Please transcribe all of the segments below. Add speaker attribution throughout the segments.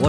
Speaker 1: 我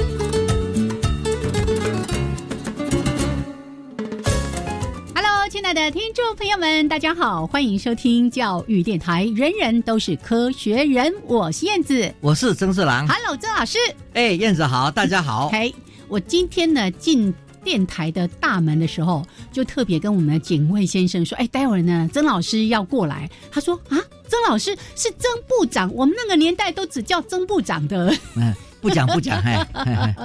Speaker 2: Hello，亲爱的听众朋友们，大家好，欢迎收听教育电台，人人都是科学人，我是燕子。
Speaker 1: 我是曾志郎，
Speaker 2: Hello，曾老师，
Speaker 1: 哎，燕子好，大家好。
Speaker 2: 嘿，我今天呢进电台的大门的时候，就特别跟我们的警卫先生说：“哎，待会儿呢，曾老师要过来。”他说：“啊，曾老师是曾部长，我们那个年代都只叫曾部长的。
Speaker 1: 嗯，不讲 不讲，嘿，嘿嘿”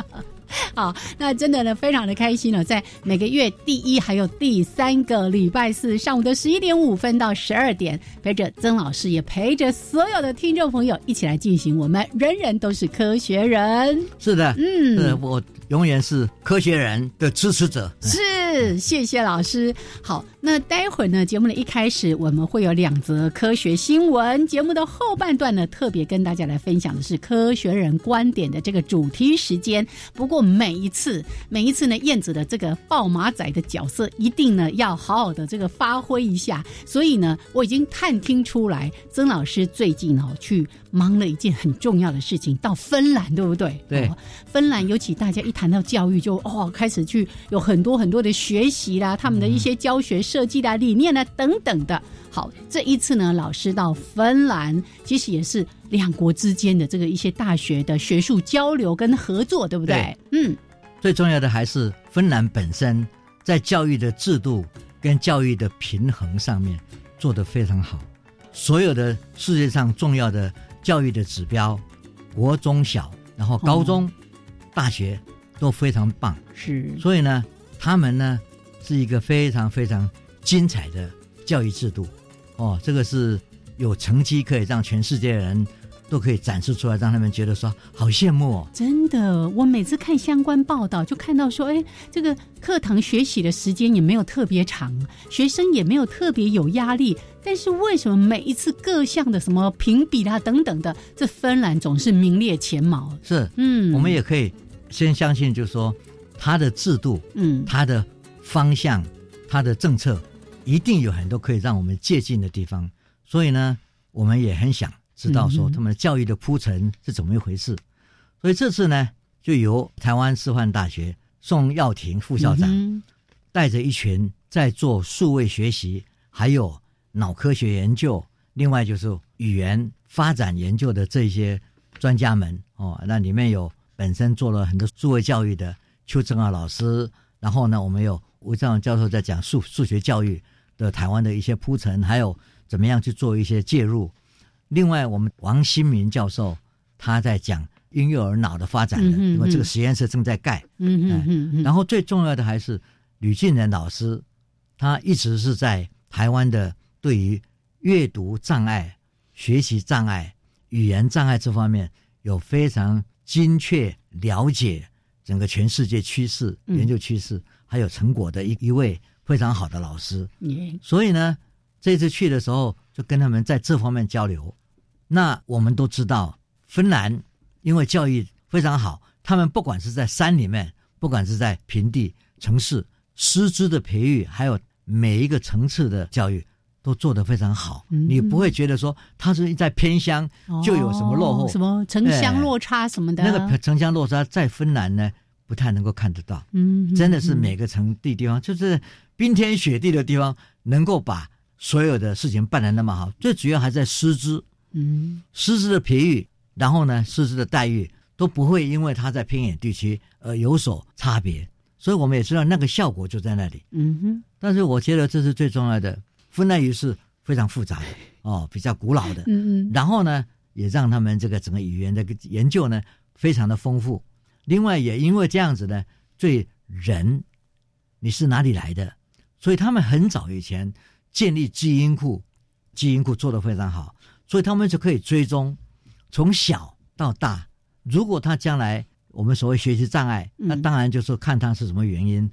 Speaker 2: 好，啊那真的呢，非常的开心了、在每个月第一还有第三个礼拜四上午的十一点五分到十二点，陪着曾老师，也陪着所有的听众朋友一起来进行我们人人都是科学人。
Speaker 1: 是的，
Speaker 2: 嗯，
Speaker 1: 是的我永远是科学人的支持者。
Speaker 2: 是，谢谢老师。好，那待会儿呢，节目的一开始我们会有两则科学新闻。节目的后半段呢，特别跟大家来分享的是科学人观点的这个主题时间。不过每一次， 每一次呢，燕子的这个爆马仔的角色一定呢要好好的这个发挥一下。所以呢，我已经探听出来，曾老师最近哦去忙了一件很重要的事情，到芬兰，对不对？
Speaker 1: 对
Speaker 2: 哦芬兰尤其大家一谈到教育就，哦开始去有很多很多的学习啦，他们的一些教学设计啦、理念啦啊等等的。好，这一次呢，老师到芬兰，其实也是两国之间的这个一些大学的学术交流跟合作，对不对？嗯，
Speaker 1: 最重要的还是芬兰本身在教育的制度跟教育的平衡上面做得非常好。所有的世界上重要的教育的指标，国中小，然后高
Speaker 2: 哦
Speaker 1: 中、大学都非常棒。
Speaker 2: 是
Speaker 1: 所以呢，他们呢是一个非常非常精彩的教育制度。哦，这个是有成绩可以让全世界人都可以展示出来，让他们觉得说好羡慕哦。
Speaker 2: 真的，我每次看相关报道，就看到说，哎，这个课堂学习的时间也没有特别长，学生也没有特别有压力，但是为什么每一次各项的什么评比啦、等等的，这芬兰总是名列前茅？
Speaker 1: 是，
Speaker 2: 嗯，
Speaker 1: 我们也可以先相信，就是说他的制度、
Speaker 2: 嗯
Speaker 1: 他的方向、他的政策，一定有很多可以让我们借鉴的地方。所以呢，我们也很想知道说
Speaker 2: 嗯哼
Speaker 1: 他们的教育的铺陈是怎么一回事。所以这次呢，就由台湾师范大学宋耀庭副校长
Speaker 2: 嗯
Speaker 1: 带着一群在做数位学习，还有脑科学研究，另外就是语言发展研究的这些专家们哦，那里面有本身做了很多数位教育的邱正二老师，然后呢，我们有吴正荣教授在讲数数学教育的台湾的一些铺陈，还有怎么样去做一些介入。另外，我们王新民教授他在讲婴幼儿脑的发展的，
Speaker 2: 嗯哼
Speaker 1: 因为这个
Speaker 2: 嗯
Speaker 1: 实验室正在盖，
Speaker 2: 嗯嗯嗯嗯，
Speaker 1: 然后最重要的还是吕敬仁老师，他一直是在台湾的对于阅读障碍、学习障碍、语言障碍这方面有非常精确了解整个全世界趋势、
Speaker 2: 嗯
Speaker 1: 研究趋势还有成果的一一位非常好的老师。
Speaker 2: 也
Speaker 1: 所以呢，这次去的时候就跟他们在这方面交流。那我们都知道，芬兰因为教育非常好，他们不管是在山里面，不管是在平地、城市，师资的培育，还有每一个层次的教育。都做得非常好，
Speaker 2: 嗯
Speaker 1: 你不会觉得说他是在偏乡就有什么落后，
Speaker 2: 哦什么城乡落差什么的，啊
Speaker 1: 那个城乡落差在芬兰呢不太能够看得到。
Speaker 2: 嗯，嗯
Speaker 1: 真的是
Speaker 2: 嗯
Speaker 1: 每个城地地方，就是冰天雪地的地方，能够把所有的事情办得那么好，最主要还在师资，
Speaker 2: 嗯
Speaker 1: 师资的培育，然后呢，师资的待遇都不会因为他在偏远地区而有所差别，所以我们也知道那个效果就在那里。
Speaker 2: 嗯哼
Speaker 1: 但是我觉得这是最重要的，芬兰语是非常复杂的哦，比较古老的。
Speaker 2: 嗯嗯
Speaker 1: 然后呢，也让他们这个整个语言的研究呢非常的丰富。另外，也因为这样子呢，对人你是哪里来的，所以他们很早以前建立基因库，基因库做得非常好，所以他们就可以追踪从小到大。如果他将来我们所谓学习障碍，
Speaker 2: 嗯
Speaker 1: 那当然就是看他是什么原因、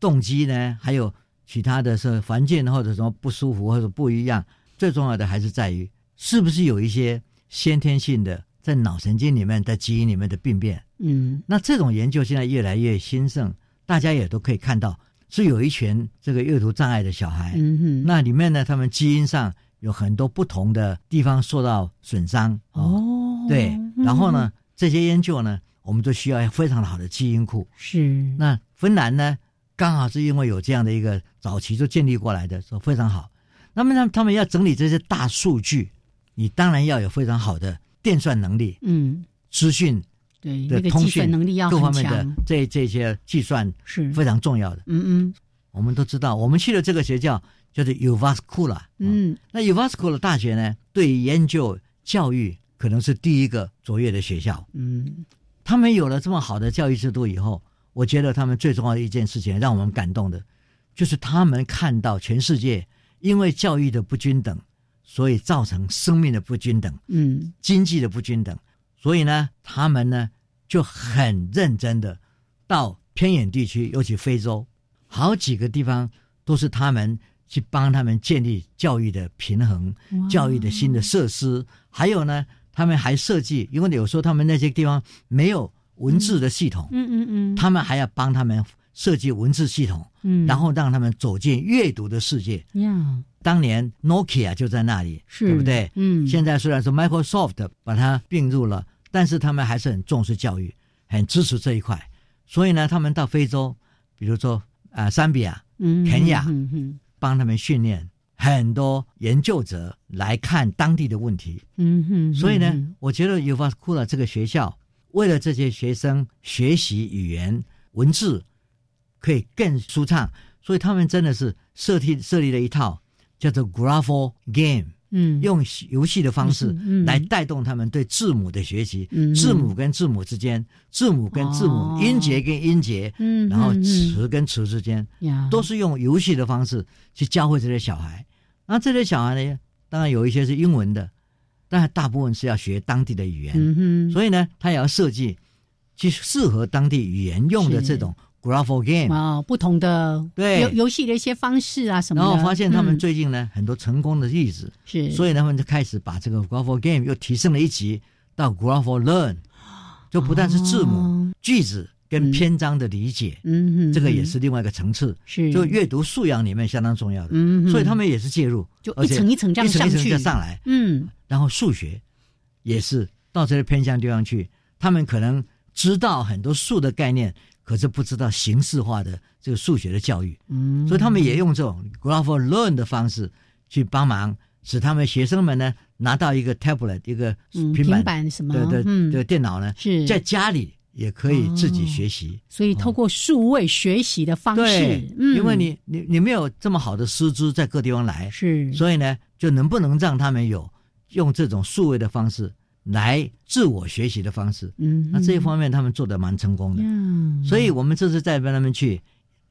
Speaker 1: 动机呢，还有其他的是环境或者什么不舒服或者不一样。最重要的还是在于是不是有一些先天性的在脑神经里面、在基因里面的病变。
Speaker 2: 嗯
Speaker 1: 那这种研究现在越来越兴盛，大家也都可以看到，是有一群这个阅读障碍的小孩，
Speaker 2: 嗯哼，
Speaker 1: 那里面呢，他们基因上有很多不同的地方受到损伤。
Speaker 2: 哦，
Speaker 1: 对，然后
Speaker 2: 嗯，
Speaker 1: 呢，这些研究呢，我们都需要非常好的基因库。
Speaker 2: 是
Speaker 1: 那芬兰呢，刚好是因为有这样的一个早期就建立过来的，说非常好。那么呢，他们要整理这些大数据，你当然要有非常好的电算能力、
Speaker 2: 嗯，
Speaker 1: 资讯
Speaker 2: 对，
Speaker 1: 的
Speaker 2: 那个
Speaker 1: 通
Speaker 2: 计
Speaker 1: 讯
Speaker 2: 算能力要
Speaker 1: 各
Speaker 2: 很
Speaker 1: 方面的
Speaker 2: 强，
Speaker 1: 这这些计算
Speaker 2: 是，
Speaker 1: 非常重要的。
Speaker 2: 嗯嗯
Speaker 1: 我们都知道，我们去了这个学校叫做 Uvascula，嗯，
Speaker 2: 嗯
Speaker 1: 那 Uvascula 大学呢，对于研究教育可能是第一个卓越的学校。
Speaker 2: 嗯，
Speaker 1: 他们有了这么好的教育制度以后，我觉得他们最重要的一件事情让我们感动的，就是他们看到全世界因为教育的不均等，所以造成生命的不均等、
Speaker 2: 嗯
Speaker 1: 经济的不均等，所以呢，他们呢就很认真的到偏远地区，尤其非洲，好几个地方都是他们去帮他们建立教育的平衡。
Speaker 2: 哇
Speaker 1: 教育的新的设施，还有呢，他们还设计，因为有时候他们那些地方没有文字的系统，
Speaker 2: 嗯嗯嗯，
Speaker 1: 他们还要帮他们设计文字系统，
Speaker 2: 嗯，
Speaker 1: 然后让他们走进阅读的世界。
Speaker 2: 呀，
Speaker 1: 当年 Nokia 就在那里，
Speaker 2: 是
Speaker 1: 对不对？
Speaker 2: 嗯，
Speaker 1: 现在虽然说 Microsoft 把它并入了，但是他们还是很重视教育，很支持这一块。所以呢，他们到非洲，比如说啊、呃，桑比亚，
Speaker 2: 嗯
Speaker 1: 肯雅
Speaker 2: 嗯嗯
Speaker 1: 帮他们训练很多研究者来看当地的问题。
Speaker 2: 嗯嗯，
Speaker 1: 所以呢
Speaker 2: 嗯，
Speaker 1: 我觉得 u v a s c u l a 这个学校，为了这些学生学习语言文字，可以更舒畅，所以他们真的是设计设立了一套叫做 Grapho Game，
Speaker 2: 嗯，
Speaker 1: 用游戏的方式
Speaker 2: 嗯嗯
Speaker 1: 来带动他们对字母的学习
Speaker 2: 嗯，
Speaker 1: 字母跟字母之间，字母跟字
Speaker 2: 哦
Speaker 1: 母，音节跟音节，
Speaker 2: 嗯，
Speaker 1: 然后
Speaker 2: 嗯
Speaker 1: 词跟词之间，
Speaker 2: 嗯呀，
Speaker 1: 都是用游戏的方式去教会这些小孩。那这些小孩呢，当然有一些是英文的，但大部分是要学当地的语言，
Speaker 2: 嗯哼，
Speaker 1: 所以呢，他也要设计去适合当地语言用的
Speaker 2: 是
Speaker 1: 这种 graphic game。
Speaker 2: 啊，不同的
Speaker 1: 对
Speaker 2: 游游戏的一些方式啊什么
Speaker 1: 然
Speaker 2: 的，
Speaker 1: 后发现他们
Speaker 2: 嗯
Speaker 1: 最近呢、很多成功的例子，
Speaker 2: 是，
Speaker 1: 所以他们就开始把这个 graphic game 又提升了一级到 graphic learn，就不但是字母、
Speaker 2: 哦
Speaker 1: 句子
Speaker 2: 嗯
Speaker 1: 跟篇章的理解，
Speaker 2: 嗯哼，
Speaker 1: 这个也
Speaker 2: 嗯
Speaker 1: 是另外一个层次，
Speaker 2: 是
Speaker 1: 就阅读素养里面相当重要的。
Speaker 2: 嗯哼，
Speaker 1: 所以他们也是介入，
Speaker 2: 就
Speaker 1: 而
Speaker 2: 一
Speaker 1: 且
Speaker 2: 层一层这样
Speaker 1: 一层
Speaker 2: 上
Speaker 1: 一层
Speaker 2: 去
Speaker 1: 就上来。
Speaker 2: 嗯
Speaker 1: 然后数学也是到这些偏向地方去，他们可能知道很多数的概念，可是不知道形式化的这个数学的教育，
Speaker 2: 嗯，
Speaker 1: 所以他们也用这种 graph learn 的方式去帮忙，使他们学生们呢拿到一个 tablet 一个
Speaker 2: 嗯
Speaker 1: 平板，
Speaker 2: 板什么
Speaker 1: 对对
Speaker 2: 嗯
Speaker 1: 对，电脑呢，
Speaker 2: 是
Speaker 1: 在家里也可以自己学习。
Speaker 2: 所以透过数位学习的方
Speaker 1: 对
Speaker 2: 式，，嗯，
Speaker 1: 因为你你你没有这么好的师资在各地方来，
Speaker 2: 是
Speaker 1: 所以呢，就能不能让他们有用这种数位的方式来自我学习的方式？
Speaker 2: 嗯哼，
Speaker 1: 那这一方面他们做的蛮成功的，
Speaker 2: 呀，
Speaker 1: 所以我们这次带他们去，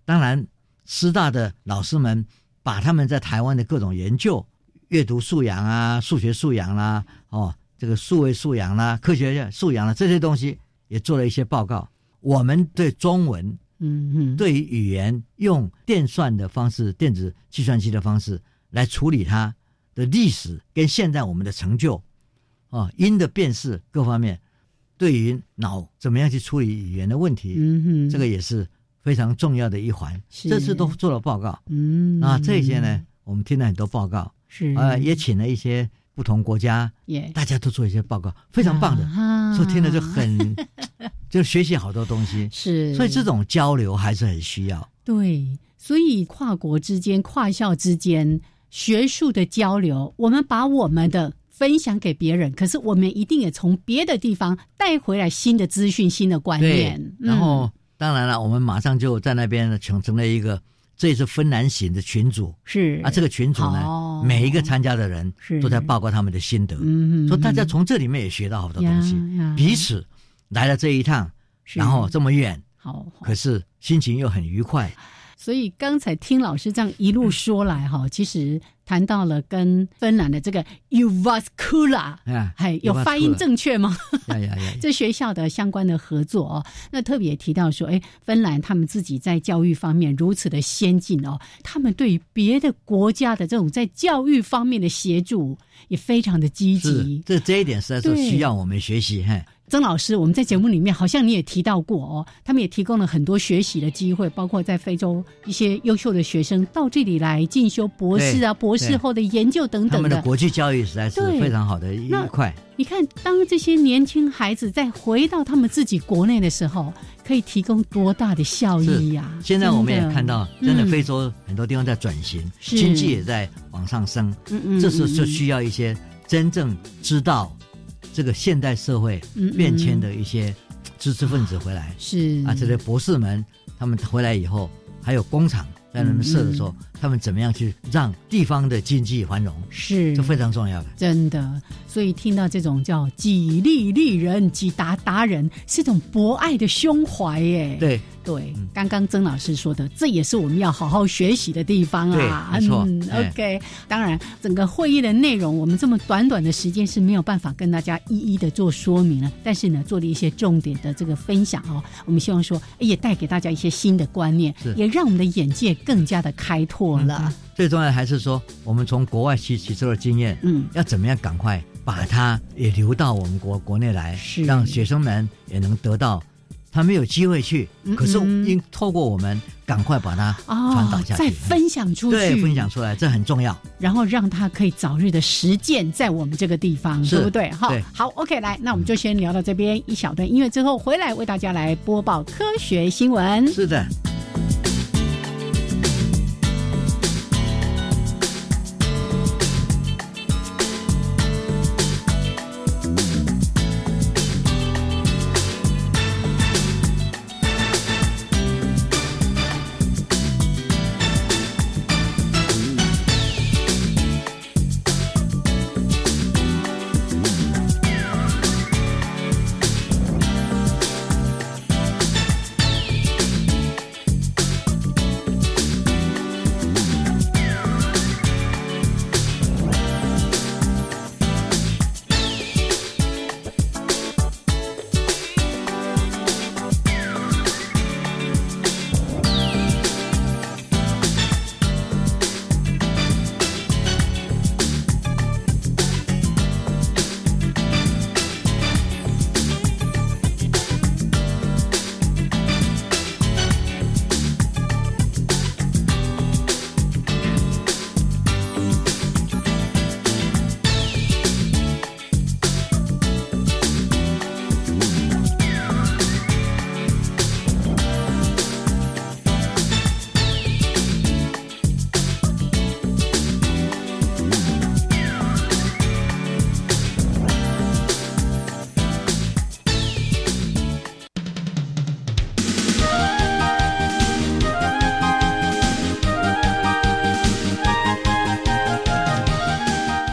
Speaker 1: 当然师大的老师们把他们在台湾的各种研究、阅读素养啊、数学素养啦、哦，这个数位素养啦、科学素养啦、这些东西也做了一些报告。我们对中文
Speaker 2: 嗯哼，
Speaker 1: 对于语言用电算的方式、电子计算机的方式来处理它的历史跟现在我们的成就啊，音的辨识各方面，对于脑怎么样去处理语言的问题，
Speaker 2: 嗯哼，
Speaker 1: 这个也是非常重要的一环。
Speaker 2: 是
Speaker 1: 这次都做了报告，
Speaker 2: 嗯
Speaker 1: 那啊这些呢，我们听了很多报告，
Speaker 2: 是
Speaker 1: 呃，也请了一些不同国家，
Speaker 2: 也
Speaker 1: 大家都做一些报告，非常棒的，
Speaker 2: 啊
Speaker 1: 所以听了 就很就学习好多东西。
Speaker 2: 是，
Speaker 1: 所以这种交流还是很需要。
Speaker 2: 对，所以跨国之间、跨校之间学术的交流，我们把我们的分享给别人，可是我们一定也从别的地方带回来新的资讯、新的观
Speaker 1: 对，
Speaker 2: 念。嗯
Speaker 1: 然后、当然了，我们马上就在那边呢，成成了一个这也是芬兰行的群组
Speaker 2: 是
Speaker 1: 啊，这个群组呢，
Speaker 2: 哦
Speaker 1: 每一个参加的人
Speaker 2: 是
Speaker 1: 都在报告他们的心得，
Speaker 2: 嗯，
Speaker 1: 说大家从这里面也学到好多东西，
Speaker 2: 呀呀
Speaker 1: 彼此来了这一趟，
Speaker 2: 是哦
Speaker 1: 然后这么远，
Speaker 2: 好，好
Speaker 1: 可是心情又很愉快，
Speaker 2: 所以刚才听老师这样一路说来哈，其实谈到了跟芬兰的这个 Uvaskula，
Speaker 1: 啊，
Speaker 2: 哎，有发音正确吗？
Speaker 1: 呀呀呀，
Speaker 2: 这学校的相关的合作哦，那特别提到说，哎，芬兰他们自己在教育方面如此的先进哦，他们对于别的国家的这种在教育方面的协助也非常的积
Speaker 1: 是
Speaker 2: 极。
Speaker 1: 这这一点实在是
Speaker 2: 对
Speaker 1: 需要我们学习，嘿，
Speaker 2: 曾老师，我们在节目里面好像你也提到过哦，他们也提供了很多学习的机会，包括在非洲一些优秀的学生到这里来进修博士啊、博士后的研究等
Speaker 1: 他
Speaker 2: 等
Speaker 1: 们的国际教育实在是
Speaker 2: 对
Speaker 1: 非常好的一
Speaker 2: 那
Speaker 1: 一块。
Speaker 2: 你看，当这些年轻孩子再回到他们自己国内的时候，可以提供多大的效益呀、
Speaker 1: 现在我们也看到，真的
Speaker 2: 嗯
Speaker 1: 非洲很多地方在转型，
Speaker 2: 是
Speaker 1: 经济也在往上升，
Speaker 2: 嗯嗯
Speaker 1: 这时候就
Speaker 2: 嗯
Speaker 1: 需要一些真正知道这个现代社会
Speaker 2: 嗯嗯
Speaker 1: 变迁的一些知识分子回来
Speaker 2: 是
Speaker 1: 啊，这些博士们他们回来以后，还有工厂在他们设的时
Speaker 2: 嗯
Speaker 1: 候，他们怎么样去让地方的经济繁荣，
Speaker 2: 是
Speaker 1: 这非常重要的。
Speaker 2: 真的，所以听到这种叫“己利利人，己达达人”，是种博爱的胸怀耶。
Speaker 1: 对，
Speaker 2: 对
Speaker 1: 嗯，
Speaker 2: 刚刚曾老师说的，这也是我们要好好学习的地方啊。
Speaker 1: 对没错
Speaker 2: 嗯
Speaker 1: 哎
Speaker 2: ，OK。当然，整个会议的内容，我们这么短短的时间是没有办法跟大家一一的做说明了。但是呢，做了一些重点的这个分享哦，我们希望说哎也带给大家一些新的观念
Speaker 1: 是，嗯
Speaker 2: 也让我们的眼界更加的开拓了。
Speaker 1: 最重要的还是说，我们从国外吸取这个经验，
Speaker 2: 嗯，
Speaker 1: 要怎么样赶快把它也留到我们国国内来
Speaker 2: 是，
Speaker 1: 让学生们也能得到，他没有机会去，
Speaker 2: 嗯
Speaker 1: 可是
Speaker 2: 嗯
Speaker 1: 应透过我们赶快把它传导
Speaker 2: 哦，
Speaker 1: 下去，
Speaker 2: 再分享出去，
Speaker 1: 对分享出来，这很重要。
Speaker 2: 然后让他可以早日的实践在我们这个地方，
Speaker 1: 是
Speaker 2: 对不对？哈
Speaker 1: 对，
Speaker 2: 好，OK，来，那我们就先聊到这边，一小段音乐之后回来为大家来播报科学新闻。
Speaker 1: 是的。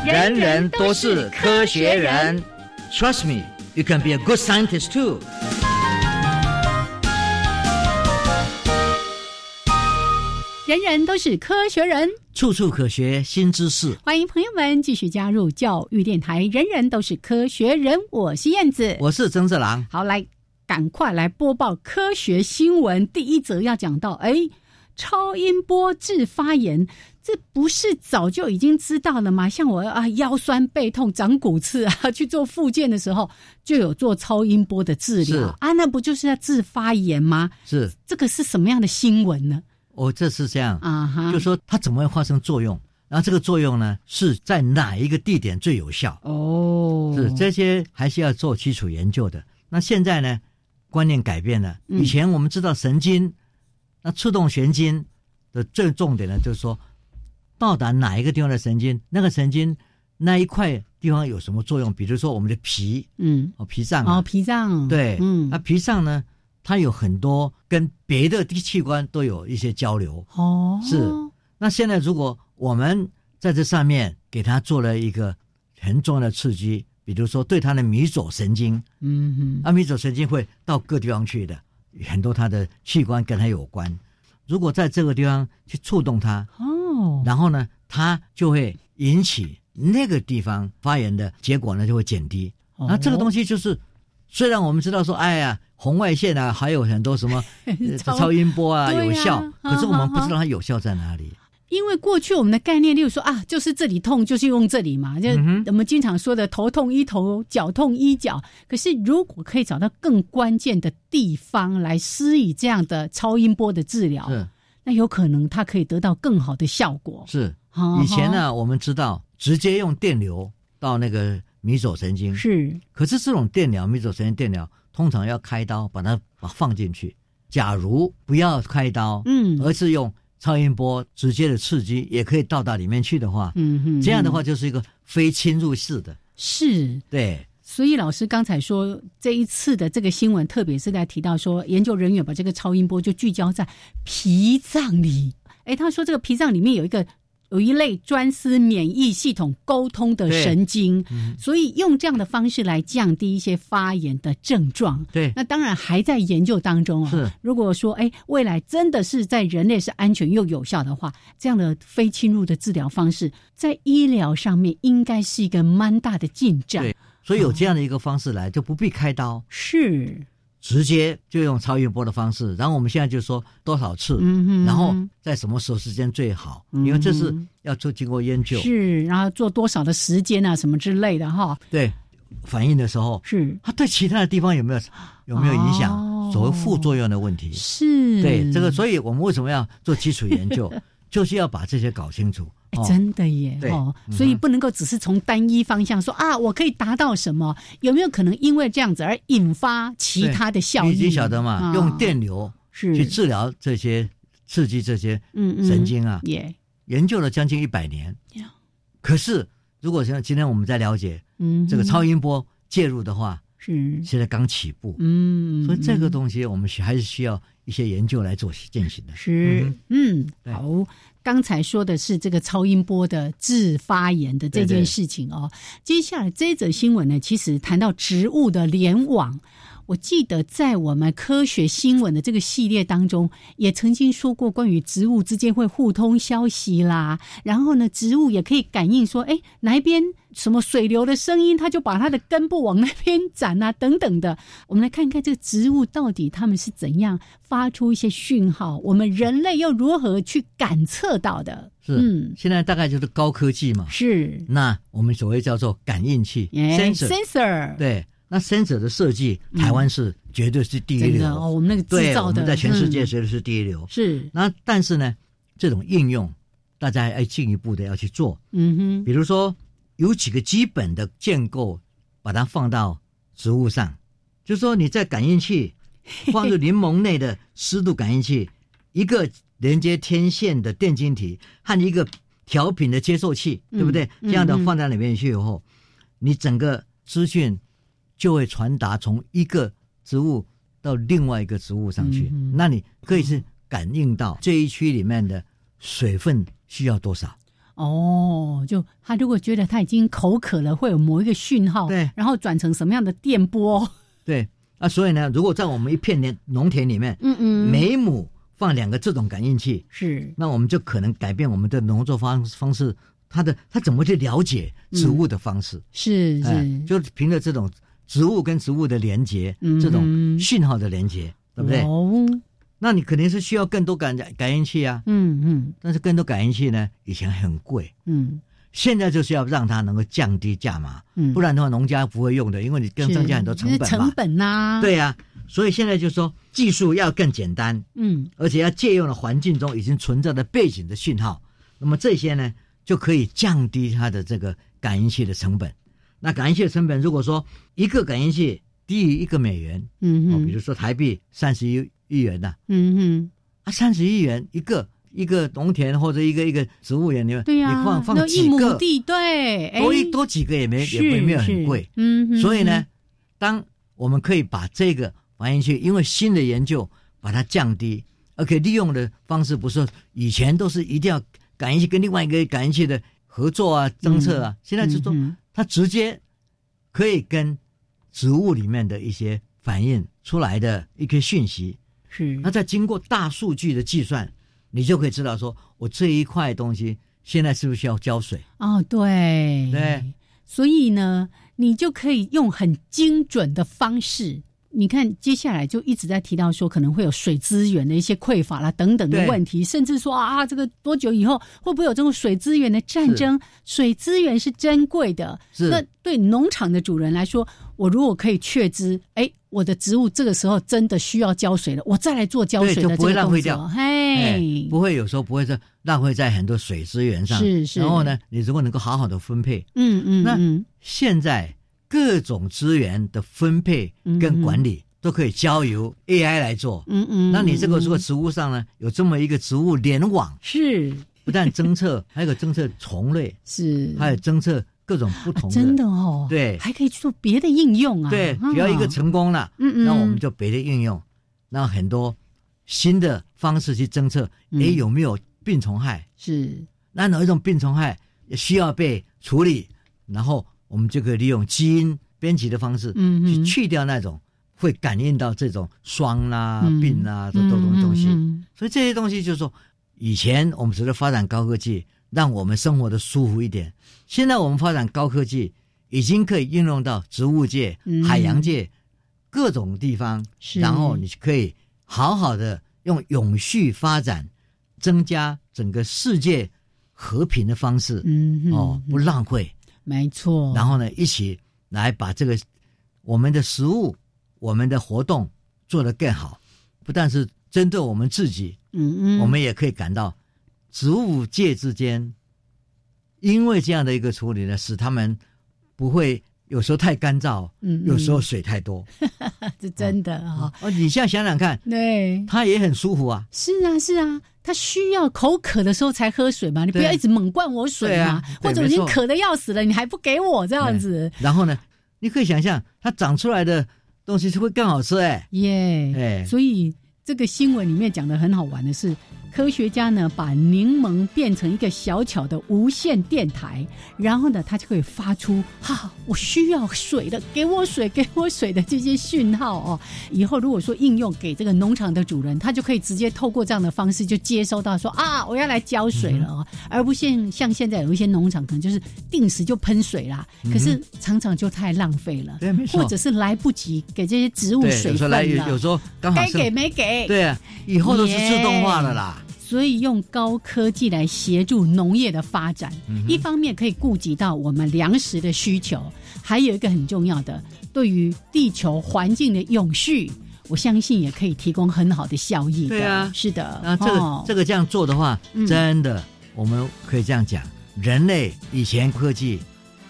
Speaker 1: 人人都是科学人。Trust me, you can be a good scientist too.
Speaker 2: 人人都是科学人。
Speaker 1: 处处可学新知识。
Speaker 2: 欢迎朋友们继续加入教育电台，人人都是科学人，我是燕子。
Speaker 1: 我是曾志郎。
Speaker 2: 好，来，赶快来播报科学新闻。第一则要讲到，哎，超音波致发炎，这不是早就已经知道了吗？像我啊，腰酸背痛、长骨刺啊，去做复健的时候就有做超音波的治
Speaker 1: 是
Speaker 2: 疗啊，那不就是在治发炎吗？
Speaker 1: 是
Speaker 2: 这个是什么样的新闻呢？
Speaker 1: 我哦这是这样，
Speaker 2: 啊哈，
Speaker 1: 就说它怎么会发生作用，然后这个作用呢是在哪一个地点最有效？
Speaker 2: 哦，
Speaker 1: 是这些还是要做基础研究的。那现在呢，观念改变了。
Speaker 2: 嗯
Speaker 1: 以前我们知道神经，那触动神经的最重点呢，就是说到达哪一个地方的神经，那个神经那一块地方有什么作用？比如说我们的皮
Speaker 2: 嗯，
Speaker 1: 哦，脾脏啊、
Speaker 2: 哦，脾脏
Speaker 1: 对，
Speaker 2: 嗯
Speaker 1: 那，脾脏呢，它有很多跟别的器官都有一些交流。
Speaker 2: 哦，
Speaker 1: 是那现在如果我们在这上面给它做了一个很重要的刺激，比如说对它的迷走神经，
Speaker 2: 嗯哼，
Speaker 1: 阿米走神经会到各地方去的，很多它的器官跟它有关。如果在这个地方去触动它，
Speaker 2: 哦，
Speaker 1: 然后呢，它就会引起那个地方发炎的结果呢就会减低。
Speaker 2: 哦
Speaker 1: 那这个东
Speaker 2: 西
Speaker 1: 西就是，虽然我们知道说，哎呀，红外线啊，还有很多 什么呃
Speaker 2: 超
Speaker 1: 超音波啊
Speaker 2: 对呀
Speaker 1: 有效，可是我们
Speaker 2: 哈哈
Speaker 1: 不知道它有效在哪里。
Speaker 2: 因为过去我们的概念，例如说啊，就是这里痛，就是用这里嘛，就
Speaker 1: 嗯哼
Speaker 2: 我们经常说的头痛医头，脚痛医脚。可是如果可以找到更关键的地方来施以这样的超音波的治疗，
Speaker 1: 是
Speaker 2: 那有可能它可以得到更好的效果。
Speaker 1: 是，
Speaker 2: 哦
Speaker 1: 以前，呢，我们知道直接用电流到那个迷走神经，
Speaker 2: 是
Speaker 1: 可是这种电疗，迷走神经电疗，通常要开刀把它把它放进去。假如不要开刀，
Speaker 2: 嗯
Speaker 1: 而是用超音波直接的刺激，也可以到达里面去的话，
Speaker 2: 嗯哼，
Speaker 1: 这样的话就是一个非侵入式的，
Speaker 2: 是。
Speaker 1: 对，
Speaker 2: 所以老师刚才说，这一次的这个新闻，特别是在提到说，研究人员把这个超音波就聚焦在脾脏里。诶，他说这个脾脏里面有一个有一类专司免疫系统沟通的神经，
Speaker 1: 嗯，
Speaker 2: 所以用这样的方式来降低一些发炎的症状。
Speaker 1: 对，
Speaker 2: 那当然还在研究当中啊、
Speaker 1: 是
Speaker 2: 如果说，哎，未来真的是在人类是安全又有效的话，这样的非侵入的治疗方式，在医疗上面应该是一个蛮大的进展。
Speaker 1: 对所以有这样的一个方式来，就不必开刀，
Speaker 2: 是，
Speaker 1: 直接就用超音波的方式。然后我们现在就说多少次，
Speaker 2: 嗯哼，
Speaker 1: 然后在什么时候时间最好，
Speaker 2: 嗯
Speaker 1: 因为这是要做经过研究，
Speaker 2: 是，然后做多少的时间啊，什么之类的哈，
Speaker 1: 对，反应的时候，
Speaker 2: 是
Speaker 1: 它啊对其他的地方有没有有没有影响？
Speaker 2: 啊哦
Speaker 1: 所谓副作用的问题，
Speaker 2: 是，
Speaker 1: 对这个，所
Speaker 2: 以、
Speaker 1: 以我们为什么要做基础研 究，就是要把这些搞清楚。哦
Speaker 2: 哎真的耶
Speaker 1: 对
Speaker 2: 哦，
Speaker 1: 嗯哼
Speaker 2: 所以不能够只是从单一方向说啊，我可以达到什么，有没有可能因为这样子而引发其
Speaker 1: 对
Speaker 2: 他的效
Speaker 1: 你
Speaker 2: 益？
Speaker 1: 已经晓得嘛，
Speaker 2: 啊
Speaker 1: 用电流
Speaker 2: 是
Speaker 1: 去治疗这些刺激这些
Speaker 2: 嗯嗯
Speaker 1: 神经啊，
Speaker 2: 耶，
Speaker 1: 研究了将近一百年
Speaker 2: 呀。
Speaker 1: 可是，如果像今天我们在了解
Speaker 2: 嗯，
Speaker 1: 这个超音波介入的话，
Speaker 2: 是，
Speaker 1: 现在刚起步，
Speaker 2: 嗯，
Speaker 1: 所以这个
Speaker 2: 嗯
Speaker 1: 东西我们需还是需要一些研究来做进行的。
Speaker 2: 是，嗯，
Speaker 1: 对
Speaker 2: 好，刚才说的是这个超音波的治发炎的这
Speaker 1: 对对
Speaker 2: 件事情哦。接下来这一则新闻呢，其实谈到植物的联网。我记得在我们科学新闻的这个系列当中，也曾经说过关于植物之间会互通消息啦。然后呢，植物也可以感应说，哎，哪一边什么水流的声音，它就把它的根部往那边展啊，等等的。我们来看看这个植物到底它们是怎样发出一些讯号，我们人类又如何去感测到的？
Speaker 1: 是，
Speaker 2: 嗯，
Speaker 1: 现在大概就是高科技嘛。
Speaker 2: 是
Speaker 1: 那我们所谓叫做感应器
Speaker 2: 哎
Speaker 1: （sensor），
Speaker 2: sensor，
Speaker 1: 对，那 sensor 的设计，台湾是绝对是第一
Speaker 2: 真的
Speaker 1: 流。
Speaker 2: 哦，我们那个制
Speaker 1: 对，
Speaker 2: 造
Speaker 1: 我
Speaker 2: 的
Speaker 1: 们在全世界
Speaker 2: 嗯
Speaker 1: 绝对是第一流。
Speaker 2: 是，
Speaker 1: 那但是呢，这种应用大家要进一步的要去做，
Speaker 2: 嗯哼，
Speaker 1: 比如说有几个基本的建构，把它放到植物上，就是说你在感 应器放入柠檬内的湿度感应器，一个连接天线的电晶体和一个调频的接受器，
Speaker 2: 嗯
Speaker 1: 对不对？这样的
Speaker 2: 嗯嗯
Speaker 1: 放到里面去以后，你整个资讯就会传达从一个植物到另外一个植物上去，
Speaker 2: 嗯嗯
Speaker 1: 那你可以是感应到这一区里面的水分需要多少。
Speaker 2: 哦，就他如果觉得他已经口渴了，会有某一个讯号，
Speaker 1: 对
Speaker 2: 然后转成什么样的电波？
Speaker 1: 对啊，所以呢，如果在我们一片田农田里面，
Speaker 2: 嗯嗯，
Speaker 1: 每亩放两个这种感应器，
Speaker 2: 是
Speaker 1: 那我们就可能改变我们的农作方方式，它的它怎么去了解植物的方式，
Speaker 2: 嗯是
Speaker 1: 哎
Speaker 2: 是，
Speaker 1: 就凭着这种植物跟植物的连接，
Speaker 2: 嗯哼
Speaker 1: 这种讯号的连接，对不对？
Speaker 2: 哦，
Speaker 1: 那你肯定是需要更多感感应器啊，
Speaker 2: 嗯嗯
Speaker 1: 但是更多感应器呢，以前很贵。
Speaker 2: 嗯
Speaker 1: 现在就是要让它能够降低价码，
Speaker 2: 嗯，
Speaker 1: 不然的话农家不会用的，因为你更
Speaker 2: 是
Speaker 1: 增加很多成
Speaker 2: 就是
Speaker 1: 本嘛
Speaker 2: 成。本呐、，
Speaker 1: 对呀、所以现在就是说技术要更简单，
Speaker 2: 嗯
Speaker 1: 而且要借用了环境中已经存在的背景的讯号，那么这些呢就可以降低它的这个感应器的成本。那感应器的成本，如果说一个感应器低于一个美元，
Speaker 2: 嗯
Speaker 1: 哦，
Speaker 2: 哼，
Speaker 1: 比如说台币三十一亿元呐、
Speaker 2: 嗯哼，
Speaker 1: 啊，三十亿元一个一个农田或者一个一个植物园里面，
Speaker 2: 对呀、
Speaker 1: 你放
Speaker 2: 那
Speaker 1: 放
Speaker 2: 一
Speaker 1: 几
Speaker 2: 亩
Speaker 1: 个，
Speaker 2: 地，对，哎
Speaker 1: 多一多几个也没也
Speaker 2: 是
Speaker 1: 没没有很
Speaker 2: 是
Speaker 1: 贵，
Speaker 2: 嗯哼，
Speaker 1: 所以呢，当我们可以把这个反映去，因为新的研究把它降低，而且利用的方式不是以前都是一定要感应器跟另外一个感应器的合作啊、侦测啊，现在就说
Speaker 2: 嗯哼
Speaker 1: 它直接可以跟植物里面的一些反应出来的一些讯息，
Speaker 2: 是
Speaker 1: 那再经过大数据的计算，你就可以知道说我这一块东西现在是不是需要浇水？
Speaker 2: 哦，对
Speaker 1: 对，
Speaker 2: 所以呢，你就可以用很精准的方式。你看，接下来就一直在提到说，可能会有水资源的一些匮乏啦，等等的
Speaker 1: 对
Speaker 2: 问题，甚至说啊，这个多久以后会不会有这种水资源的战争？水资源是珍贵的，
Speaker 1: 是
Speaker 2: 那对农场的主人来说，我如果可以确知，哎，我的植物这个时候真的需要浇水了，我再来做浇水
Speaker 1: 对
Speaker 2: 的
Speaker 1: 就
Speaker 2: 这
Speaker 1: 不会
Speaker 2: 个
Speaker 1: 浪
Speaker 2: 动
Speaker 1: 费掉
Speaker 2: 作，
Speaker 1: 哎
Speaker 2: 嘿，
Speaker 1: 不会有时候不会是浪费在很多水资源上。
Speaker 2: 是是
Speaker 1: 然后呢，你如果能够好好的分配，
Speaker 2: 嗯嗯
Speaker 1: 那
Speaker 2: 嗯，
Speaker 1: 现在各种资源的分配跟管理都可以交由 AI 来做。
Speaker 2: 嗯嗯，
Speaker 1: 那你这个
Speaker 2: 嗯
Speaker 1: 如果植物上呢有这么一个植物联网，
Speaker 2: 是
Speaker 1: 不但侦测，还有侦测 虫类，
Speaker 2: 是，
Speaker 1: 还有侦测各种不
Speaker 2: 啊
Speaker 1: 同
Speaker 2: 真的哦，
Speaker 1: 对
Speaker 2: 还可以去做别的应用啊。
Speaker 1: 对，
Speaker 2: 嗯
Speaker 1: 只要一个，成功了，
Speaker 2: 嗯嗯，
Speaker 1: 那我们就别的应用，那很多新的方式去侦测，
Speaker 2: 嗯
Speaker 1: 诶，有没有病虫害？
Speaker 2: 是
Speaker 1: 那哪一种病虫害需要被处理？然后我们就可以利用基因编辑的方式，
Speaker 2: 嗯
Speaker 1: 去
Speaker 2: 哼
Speaker 1: 去掉那种会感应到这种霜啦、
Speaker 2: 嗯
Speaker 1: 病啦啊这种东西。
Speaker 2: 嗯嗯嗯
Speaker 1: 所以这些东西就是说，以前我们只是发展高科技，让我们生活的舒服一点。现在我们发展高科技，已经可以应用到植物界、
Speaker 2: 嗯
Speaker 1: 海洋界、各种地方，
Speaker 2: 是
Speaker 1: 然后你可以好好的用永续发展，增加整个世界和平的方式，
Speaker 2: 嗯哼
Speaker 1: 哦，不浪费。
Speaker 2: 没错，
Speaker 1: 然后呢，一起来把这个我们的食物、我们的活动做得更好，不但是针对我们自己，
Speaker 2: 嗯嗯，
Speaker 1: 我们也可以感到植物界之间，因为这样的一个处理呢，使他们不会有时候太干燥，
Speaker 2: 嗯嗯
Speaker 1: 有时候水太多。
Speaker 2: 这真的啊，
Speaker 1: 哦，你现在想想看，
Speaker 2: 对，
Speaker 1: 它也很舒服啊。
Speaker 2: 是啊是啊。他需要口渴的时候才喝水嘛，你不
Speaker 1: 对
Speaker 2: 要一直猛灌我水
Speaker 1: 对
Speaker 2: 嘛
Speaker 1: 啊，对
Speaker 2: 或者我已经
Speaker 1: 没错
Speaker 2: 渴的要死了，你还不给我这样子，
Speaker 1: 然后呢，你可以想象它长出来的东西是会更好吃哎、
Speaker 2: 耶、
Speaker 1: 哎
Speaker 2: 嗯所以这个新闻里面讲的很好玩的是，科学家呢把柠檬变成一个小巧的无线电台，然后呢它就可以发出“哈、我需要水的，给我水，给我水”的这些讯号哦。以后如果说应用给这个农场的主人，他就可以直接透过这样的方式就接收到说啊，我要来浇水
Speaker 1: 嗯
Speaker 2: 了哦，而不像像现在有一些农场可能就是定时就喷水啦，
Speaker 1: 嗯
Speaker 2: 可是常常就太浪费了。
Speaker 1: 对，没错。
Speaker 2: 或者是来不及给这些植物
Speaker 1: 对，
Speaker 2: 水
Speaker 1: 有时
Speaker 2: 分
Speaker 1: 候来
Speaker 2: 了，
Speaker 1: 有有时候刚好
Speaker 2: 该
Speaker 1: 啊是
Speaker 2: 给没给。
Speaker 1: 对啊，以后都是自动化的啦。
Speaker 2: 所以用高科技来协助农业的发展，
Speaker 1: 嗯
Speaker 2: 一方面可以顾及到我们粮食的需求，还有一个很重要的，对于地球环境的永续，我相信也可以提供很好的效益的。
Speaker 1: 对啊
Speaker 2: 是的。
Speaker 1: 那这个、
Speaker 2: 哦
Speaker 1: 这个这样做的话，
Speaker 2: 嗯
Speaker 1: 真的我们可以这样讲，人类以前科技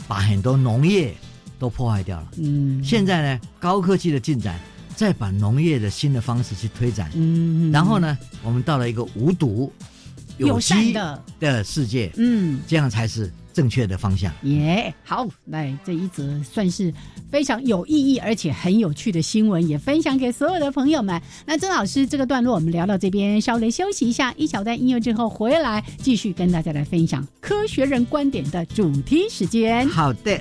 Speaker 1: 把很多农业都破坏掉了，
Speaker 2: 嗯
Speaker 1: 现在呢高科技的进展再把农业的新的方式去推展，
Speaker 2: 嗯
Speaker 1: 然后呢我们到了一个无毒
Speaker 2: 友善
Speaker 1: 机
Speaker 2: 的，
Speaker 1: 的世界，
Speaker 2: 嗯。
Speaker 1: 这样才是正确的方向。
Speaker 2: 耶、好，那这一则算是非常有意义而且很有趣的新闻，也分享给所有的朋友们。那曾老师这个段落我们聊到这边，稍微休息一下，一小段音乐之后回来继续跟大家来分享科学人观点的主题时间。
Speaker 1: 好的。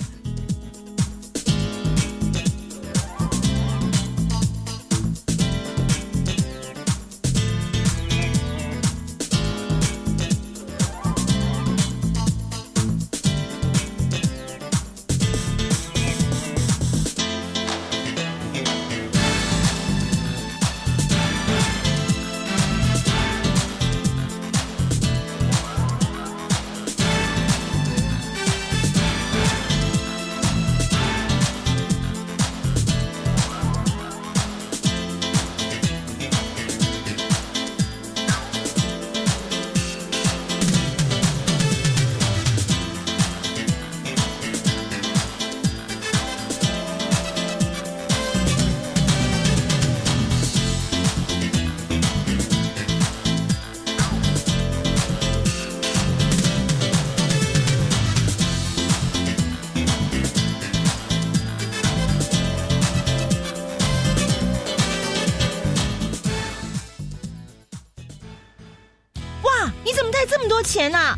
Speaker 3: Thank 你怎么带这么多钱啊？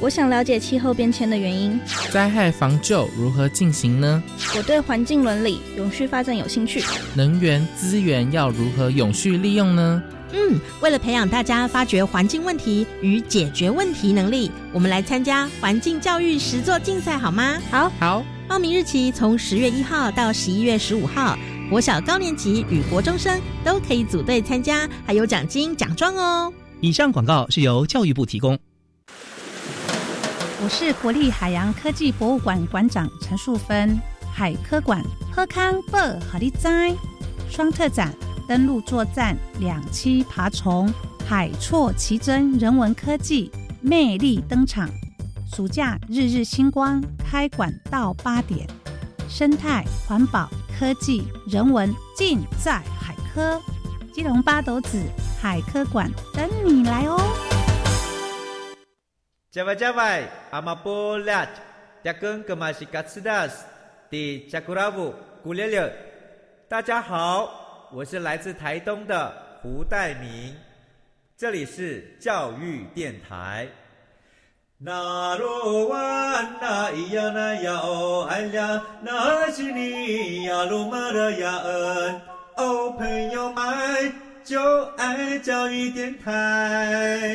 Speaker 4: 我想了解气候变迁的原因，
Speaker 5: 灾害防救如何进行呢？
Speaker 4: 我对环境伦理、永续发展有兴趣。
Speaker 5: 能源资源要如何永续利用呢？
Speaker 6: 嗯，为了培养大家发掘环境问题与解决问题能力，我们来参加环境教育实作竞赛好吗？
Speaker 4: 好，
Speaker 5: 好，
Speaker 6: 报名日期从十月一号到十一月十五号，国小高年级与国中生都可以组队参加，还有奖金奖状哦。
Speaker 7: 以上广告是由教育部提供。
Speaker 8: 我是国立海洋科技博物馆馆长陈淑芬。海科馆喝康贝好利哉，双特展登陆作战两栖爬虫海错奇珍人文科技魅力登场。暑假日日星光开馆到八点，生态环保科技人文尽在海科。基隆八斗子海科馆等你来哦！
Speaker 9: Java Java, amapolat, jakeng kemashikatsidas, di jakuravu gulele。大家好，我是来自台东的胡代明，这里是教育电台。那罗哇那咿呀那呀哦哎呀，那是你呀鲁玛的呀恩哦，朋友们就爱教育电台。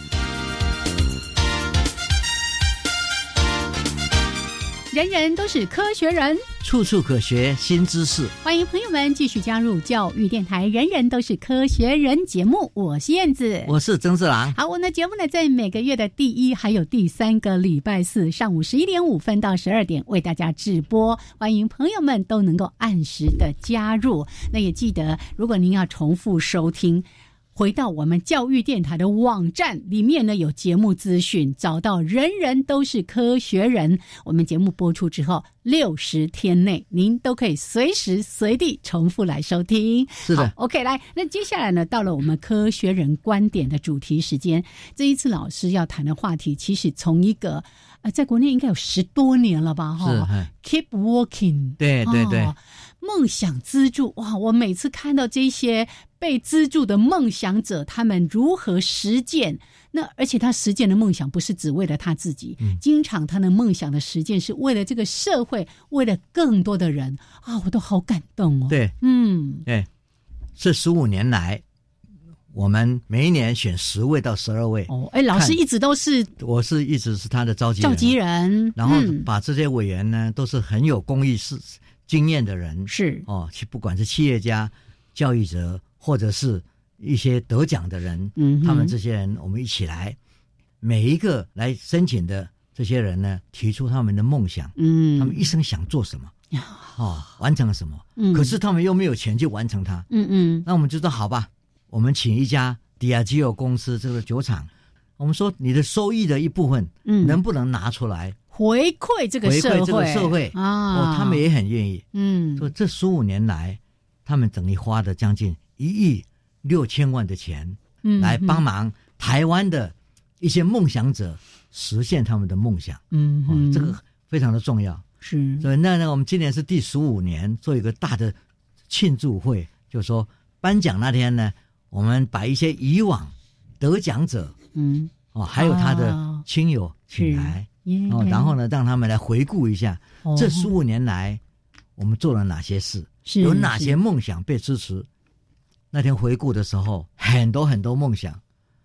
Speaker 2: 人人都是科学人。
Speaker 1: 处处可学新知识。
Speaker 2: 欢迎朋友们继续加入教育电台《人人都是科学人》节目，我是燕子。
Speaker 1: 我是曾志郎，
Speaker 2: 好，我们的节目呢，在每个月的第一还有第三个礼拜四上午十一点五分到十二点为大家直播，欢迎朋友们都能够按时的加入。那也记得，如果您要重复收听。回到我们教育电台的网站里面呢，有节目资讯，找到“人人都是科学人”。我们节目播出之后六十天内，您都可以随时随地重复来收听。
Speaker 1: 是的
Speaker 2: 好，OK，来，那接下来呢，到了我们科学人观点的主题时间。这一次老师要谈的话题，其实从一个呃，在国内应该有十多年了吧，
Speaker 1: 是
Speaker 2: 哈
Speaker 1: 哎
Speaker 2: ，Keep Walking，
Speaker 1: 对对对
Speaker 2: 哦梦想资助哇！我每次看到这些被资助的梦想者，他们如何实践？那而且他实践的梦想不是只为了他自己，
Speaker 1: 嗯
Speaker 2: 经常他的梦想的实践是为了这个社会，为了更多的人啊！我都好感动哦。，
Speaker 1: 对
Speaker 2: 嗯，
Speaker 1: 对，这十五年来，我们每一年选十位到十二位，
Speaker 2: 哦，哎，老师
Speaker 1: 看
Speaker 2: 一直都是
Speaker 1: 我是一直是他的召集
Speaker 2: 召
Speaker 1: 人，
Speaker 2: 集人，
Speaker 1: 然后
Speaker 2: 嗯
Speaker 1: 把这些委员呢，都是很有公益是经验的人，
Speaker 2: 是
Speaker 1: 哦，其不管是企业家、教育者，或者是一些得奖的人，
Speaker 2: 嗯哼
Speaker 1: 他们这些人，我们一起来，每一个来申请的这些人呢，提出他们的梦想，
Speaker 2: 嗯，
Speaker 1: 他们一生想做 什么，哦，完成了什么，
Speaker 2: 嗯
Speaker 1: 可是他们又没有钱去完成它，
Speaker 2: 嗯嗯
Speaker 1: 那我们就说好吧，我们请一家迪亚基欧公司这个酒厂，我们说你的收益的一部分
Speaker 2: 嗯，
Speaker 1: 能不能拿出来？
Speaker 2: 回馈这个
Speaker 1: 回馈
Speaker 2: 社会，
Speaker 1: 这个社会
Speaker 2: 啊，
Speaker 1: 哦，他们也很愿意。
Speaker 2: 嗯
Speaker 1: 说这十五年来，他们等于花了将近一亿六千万的钱
Speaker 2: 嗯
Speaker 1: 来帮忙台湾的一些梦想者实现他们的梦想，
Speaker 2: 嗯
Speaker 1: 哦
Speaker 2: 嗯，
Speaker 1: 这个非常的重要。
Speaker 2: 是
Speaker 1: 所以那呢，我们今年是第十五年，做一个大的庆祝会，就说颁奖那天呢，我们把一些以往得奖者
Speaker 2: 嗯
Speaker 1: 哦，还有他
Speaker 2: 哦
Speaker 1: 的亲友请
Speaker 2: 是
Speaker 1: 来，
Speaker 2: 耶
Speaker 1: 哦，然后呢，让他们来回顾一下
Speaker 2: 哦
Speaker 1: 这十五年来我们做了哪些事，
Speaker 2: 是
Speaker 1: 有哪些
Speaker 2: 是
Speaker 1: 梦想被支持。那天回顾的时候，很多很多梦想，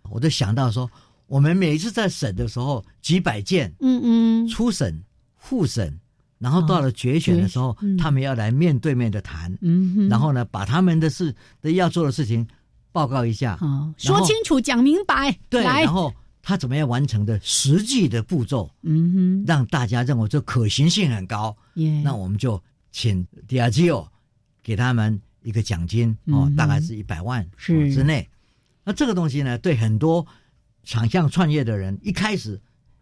Speaker 1: 我就想到说，我们每一次在审的时候，几百件
Speaker 2: 嗯嗯哦
Speaker 1: 初审、复审，然后到了决选的时候，
Speaker 2: 决嗯
Speaker 1: 他们要来面对面的谈，
Speaker 2: 嗯哼，
Speaker 1: 然后呢，把他们的事的要做的事情报告一下，
Speaker 2: 好
Speaker 1: 然
Speaker 2: 说
Speaker 1: 后
Speaker 2: 清楚讲明白，
Speaker 1: 对，
Speaker 2: 嗯来
Speaker 1: 然后它怎么样完成的实际的步骤，
Speaker 2: 嗯
Speaker 1: 让大家认为这可行性很高。
Speaker 2: 哼，耶，
Speaker 1: 那我们就请 d i a o 给他们一个奖金哦，
Speaker 2: 嗯哼
Speaker 1: 大概是一百万哦
Speaker 2: 是
Speaker 1: 之内。那这个东西呢，对很多想象创业的人，一开始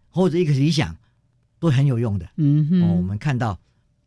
Speaker 1: 或者一个理想都很有用的。
Speaker 2: 嗯哼，
Speaker 1: 哦，我们看到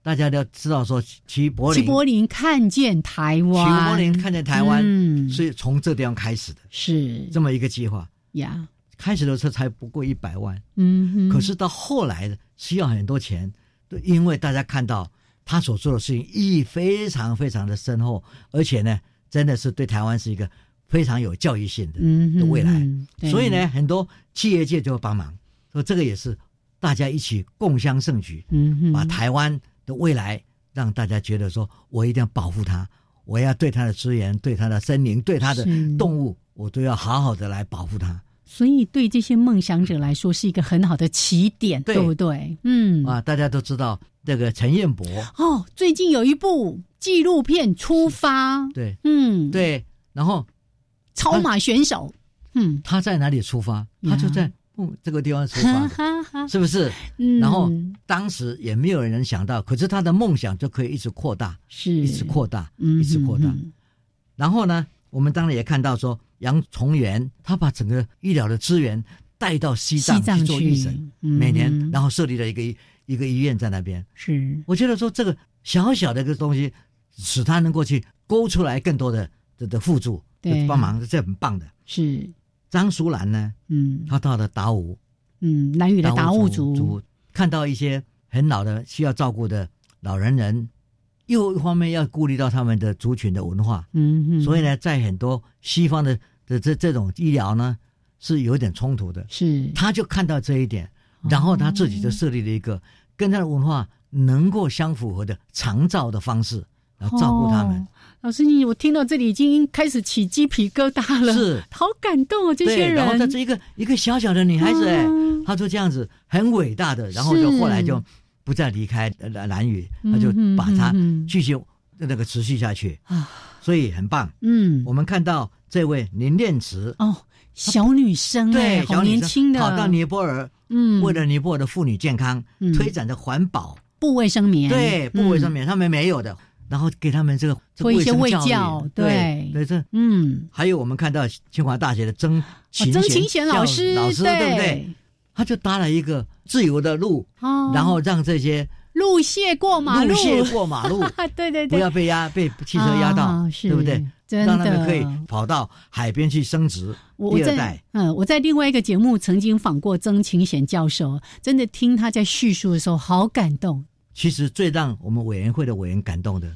Speaker 1: 大家都知道说，齐柏林，
Speaker 2: 齐柏林看见台湾，
Speaker 1: 齐柏林看见台湾，
Speaker 2: 嗯
Speaker 1: 是从这地方开始的
Speaker 2: 是
Speaker 1: 这么一个计划。
Speaker 2: 呀，
Speaker 1: 开始的时候才不过一百万，
Speaker 2: 嗯哼，
Speaker 1: 可是到后来的需要很多钱，都因为大家看到他所做的事情意义非常非常的深厚，而且呢，真的是对台湾是一个非常有教育性的
Speaker 2: 嗯哼
Speaker 1: 的未来。
Speaker 2: 嗯对
Speaker 1: 所以呢，很多企业界就会帮忙，所以这个也是大家一起共襄盛举，
Speaker 2: 嗯哼，
Speaker 1: 把台湾的未来让大家觉得说，我一定要保护它，我要对它的资源、对它的森林、对它的
Speaker 2: 是
Speaker 1: 动物，我都要好好的来保护它。
Speaker 2: 所以对这些梦想者来说是一个很好的起点，
Speaker 1: 对
Speaker 2: 不对？嗯，
Speaker 1: 啊，大家都知道这个陈彦博，
Speaker 2: 哦，最近有一部纪录片《出发》，
Speaker 1: 对
Speaker 2: 嗯，，
Speaker 1: 对，然后
Speaker 2: 超马选手，嗯，
Speaker 1: 他在哪里出发？他就在嗯这个地方出
Speaker 2: 哈哈
Speaker 1: 发，
Speaker 2: 哈，
Speaker 1: 是不是？
Speaker 2: 嗯
Speaker 1: 然后当时也没有人想到，可是他的梦想就可以一直扩大，
Speaker 2: 是
Speaker 1: 一直扩大，
Speaker 2: 嗯
Speaker 1: 一直扩大。
Speaker 2: 嗯
Speaker 1: 然后呢，我们当然也看到说，杨崇元他把整个医疗的资源带到西藏
Speaker 2: 西藏
Speaker 1: 去做
Speaker 2: 去
Speaker 1: 义诊，
Speaker 2: 嗯
Speaker 1: 每年
Speaker 2: 嗯
Speaker 1: 然后设立了一个医一个医院在那边。
Speaker 2: 是
Speaker 1: 我觉得说这个小小的一个东西，使他能够去勾出来更多的的的互助，
Speaker 2: 对
Speaker 1: 帮忙，这很棒的。
Speaker 2: 是，
Speaker 1: 张淑兰呢，
Speaker 2: 嗯
Speaker 1: 她到了达悟，
Speaker 2: 嗯，南语的达悟族，
Speaker 1: 看到一些很老的需要照顾的老人人，又一方面要顾虑到他们的族群的文化，
Speaker 2: 嗯哼，
Speaker 1: 所以呢，在很多西方的的这这种医疗呢，是有点冲突的。
Speaker 2: 是
Speaker 1: 他就看到这一点，
Speaker 2: 哦
Speaker 1: 然后他自己就设立了一个跟他的文化能够相符合的长照的方式，然后照顾他们
Speaker 2: 哦。老师，你我听到这里已经开始起鸡皮疙瘩了，
Speaker 1: 是
Speaker 2: 好感动哦，这些
Speaker 1: 对，
Speaker 2: 人。
Speaker 1: 然后她是一个一个小小的女孩子，哎、
Speaker 2: 嗯
Speaker 1: 她就这样子很伟大的，然后就后来就不再离开呃蓝蓝屿，她就把它
Speaker 2: 嗯嗯嗯
Speaker 1: 继续那个持续下去，
Speaker 2: 啊，
Speaker 1: 所以很棒。
Speaker 2: 嗯
Speaker 1: 我，们看到这位林念慈，
Speaker 2: 哦，小女生哎，
Speaker 1: 对，
Speaker 2: 好
Speaker 1: 小女
Speaker 2: 年
Speaker 1: 生
Speaker 2: 轻的，
Speaker 1: 跑到尼泊尔，
Speaker 2: 嗯，
Speaker 1: 为了尼泊尔的妇女健康，
Speaker 2: 嗯
Speaker 1: 推展的环保，
Speaker 2: 部卫生棉，
Speaker 1: 对，不卫生
Speaker 2: 嗯，
Speaker 1: 棉、他们没有的，然后给他们这个这
Speaker 2: 做一些
Speaker 1: 卫生
Speaker 2: 卫教
Speaker 1: 育
Speaker 2: 对
Speaker 1: 对对这。
Speaker 2: 嗯，
Speaker 1: 还有我们看到清华大学的曾
Speaker 2: 哦
Speaker 1: 勤
Speaker 2: 曾
Speaker 1: 贤
Speaker 2: 勤贤老
Speaker 1: 教
Speaker 2: 师，
Speaker 1: 老师对不对？
Speaker 2: 对？
Speaker 1: 他就搭了一个自由的路，
Speaker 2: 哦，
Speaker 1: 然后让这些
Speaker 2: 路蟹过马
Speaker 1: 路
Speaker 2: 路，
Speaker 1: 蟹过马路，
Speaker 2: 啊， 对对
Speaker 1: 不
Speaker 2: 对
Speaker 1: 要，被压被汽车压到，
Speaker 2: 啊是
Speaker 1: 对不对？
Speaker 2: 真
Speaker 1: 让他们
Speaker 2: 的
Speaker 1: 可以跑到海边去升值。
Speaker 2: 我
Speaker 1: 第
Speaker 2: 我
Speaker 1: 二
Speaker 2: 在
Speaker 1: 代
Speaker 2: 嗯，我在另外一个节目曾经访过曾勤贤教授，真的听他在叙述的时候好感动。
Speaker 1: 其实最让我们委员会的委员感动的，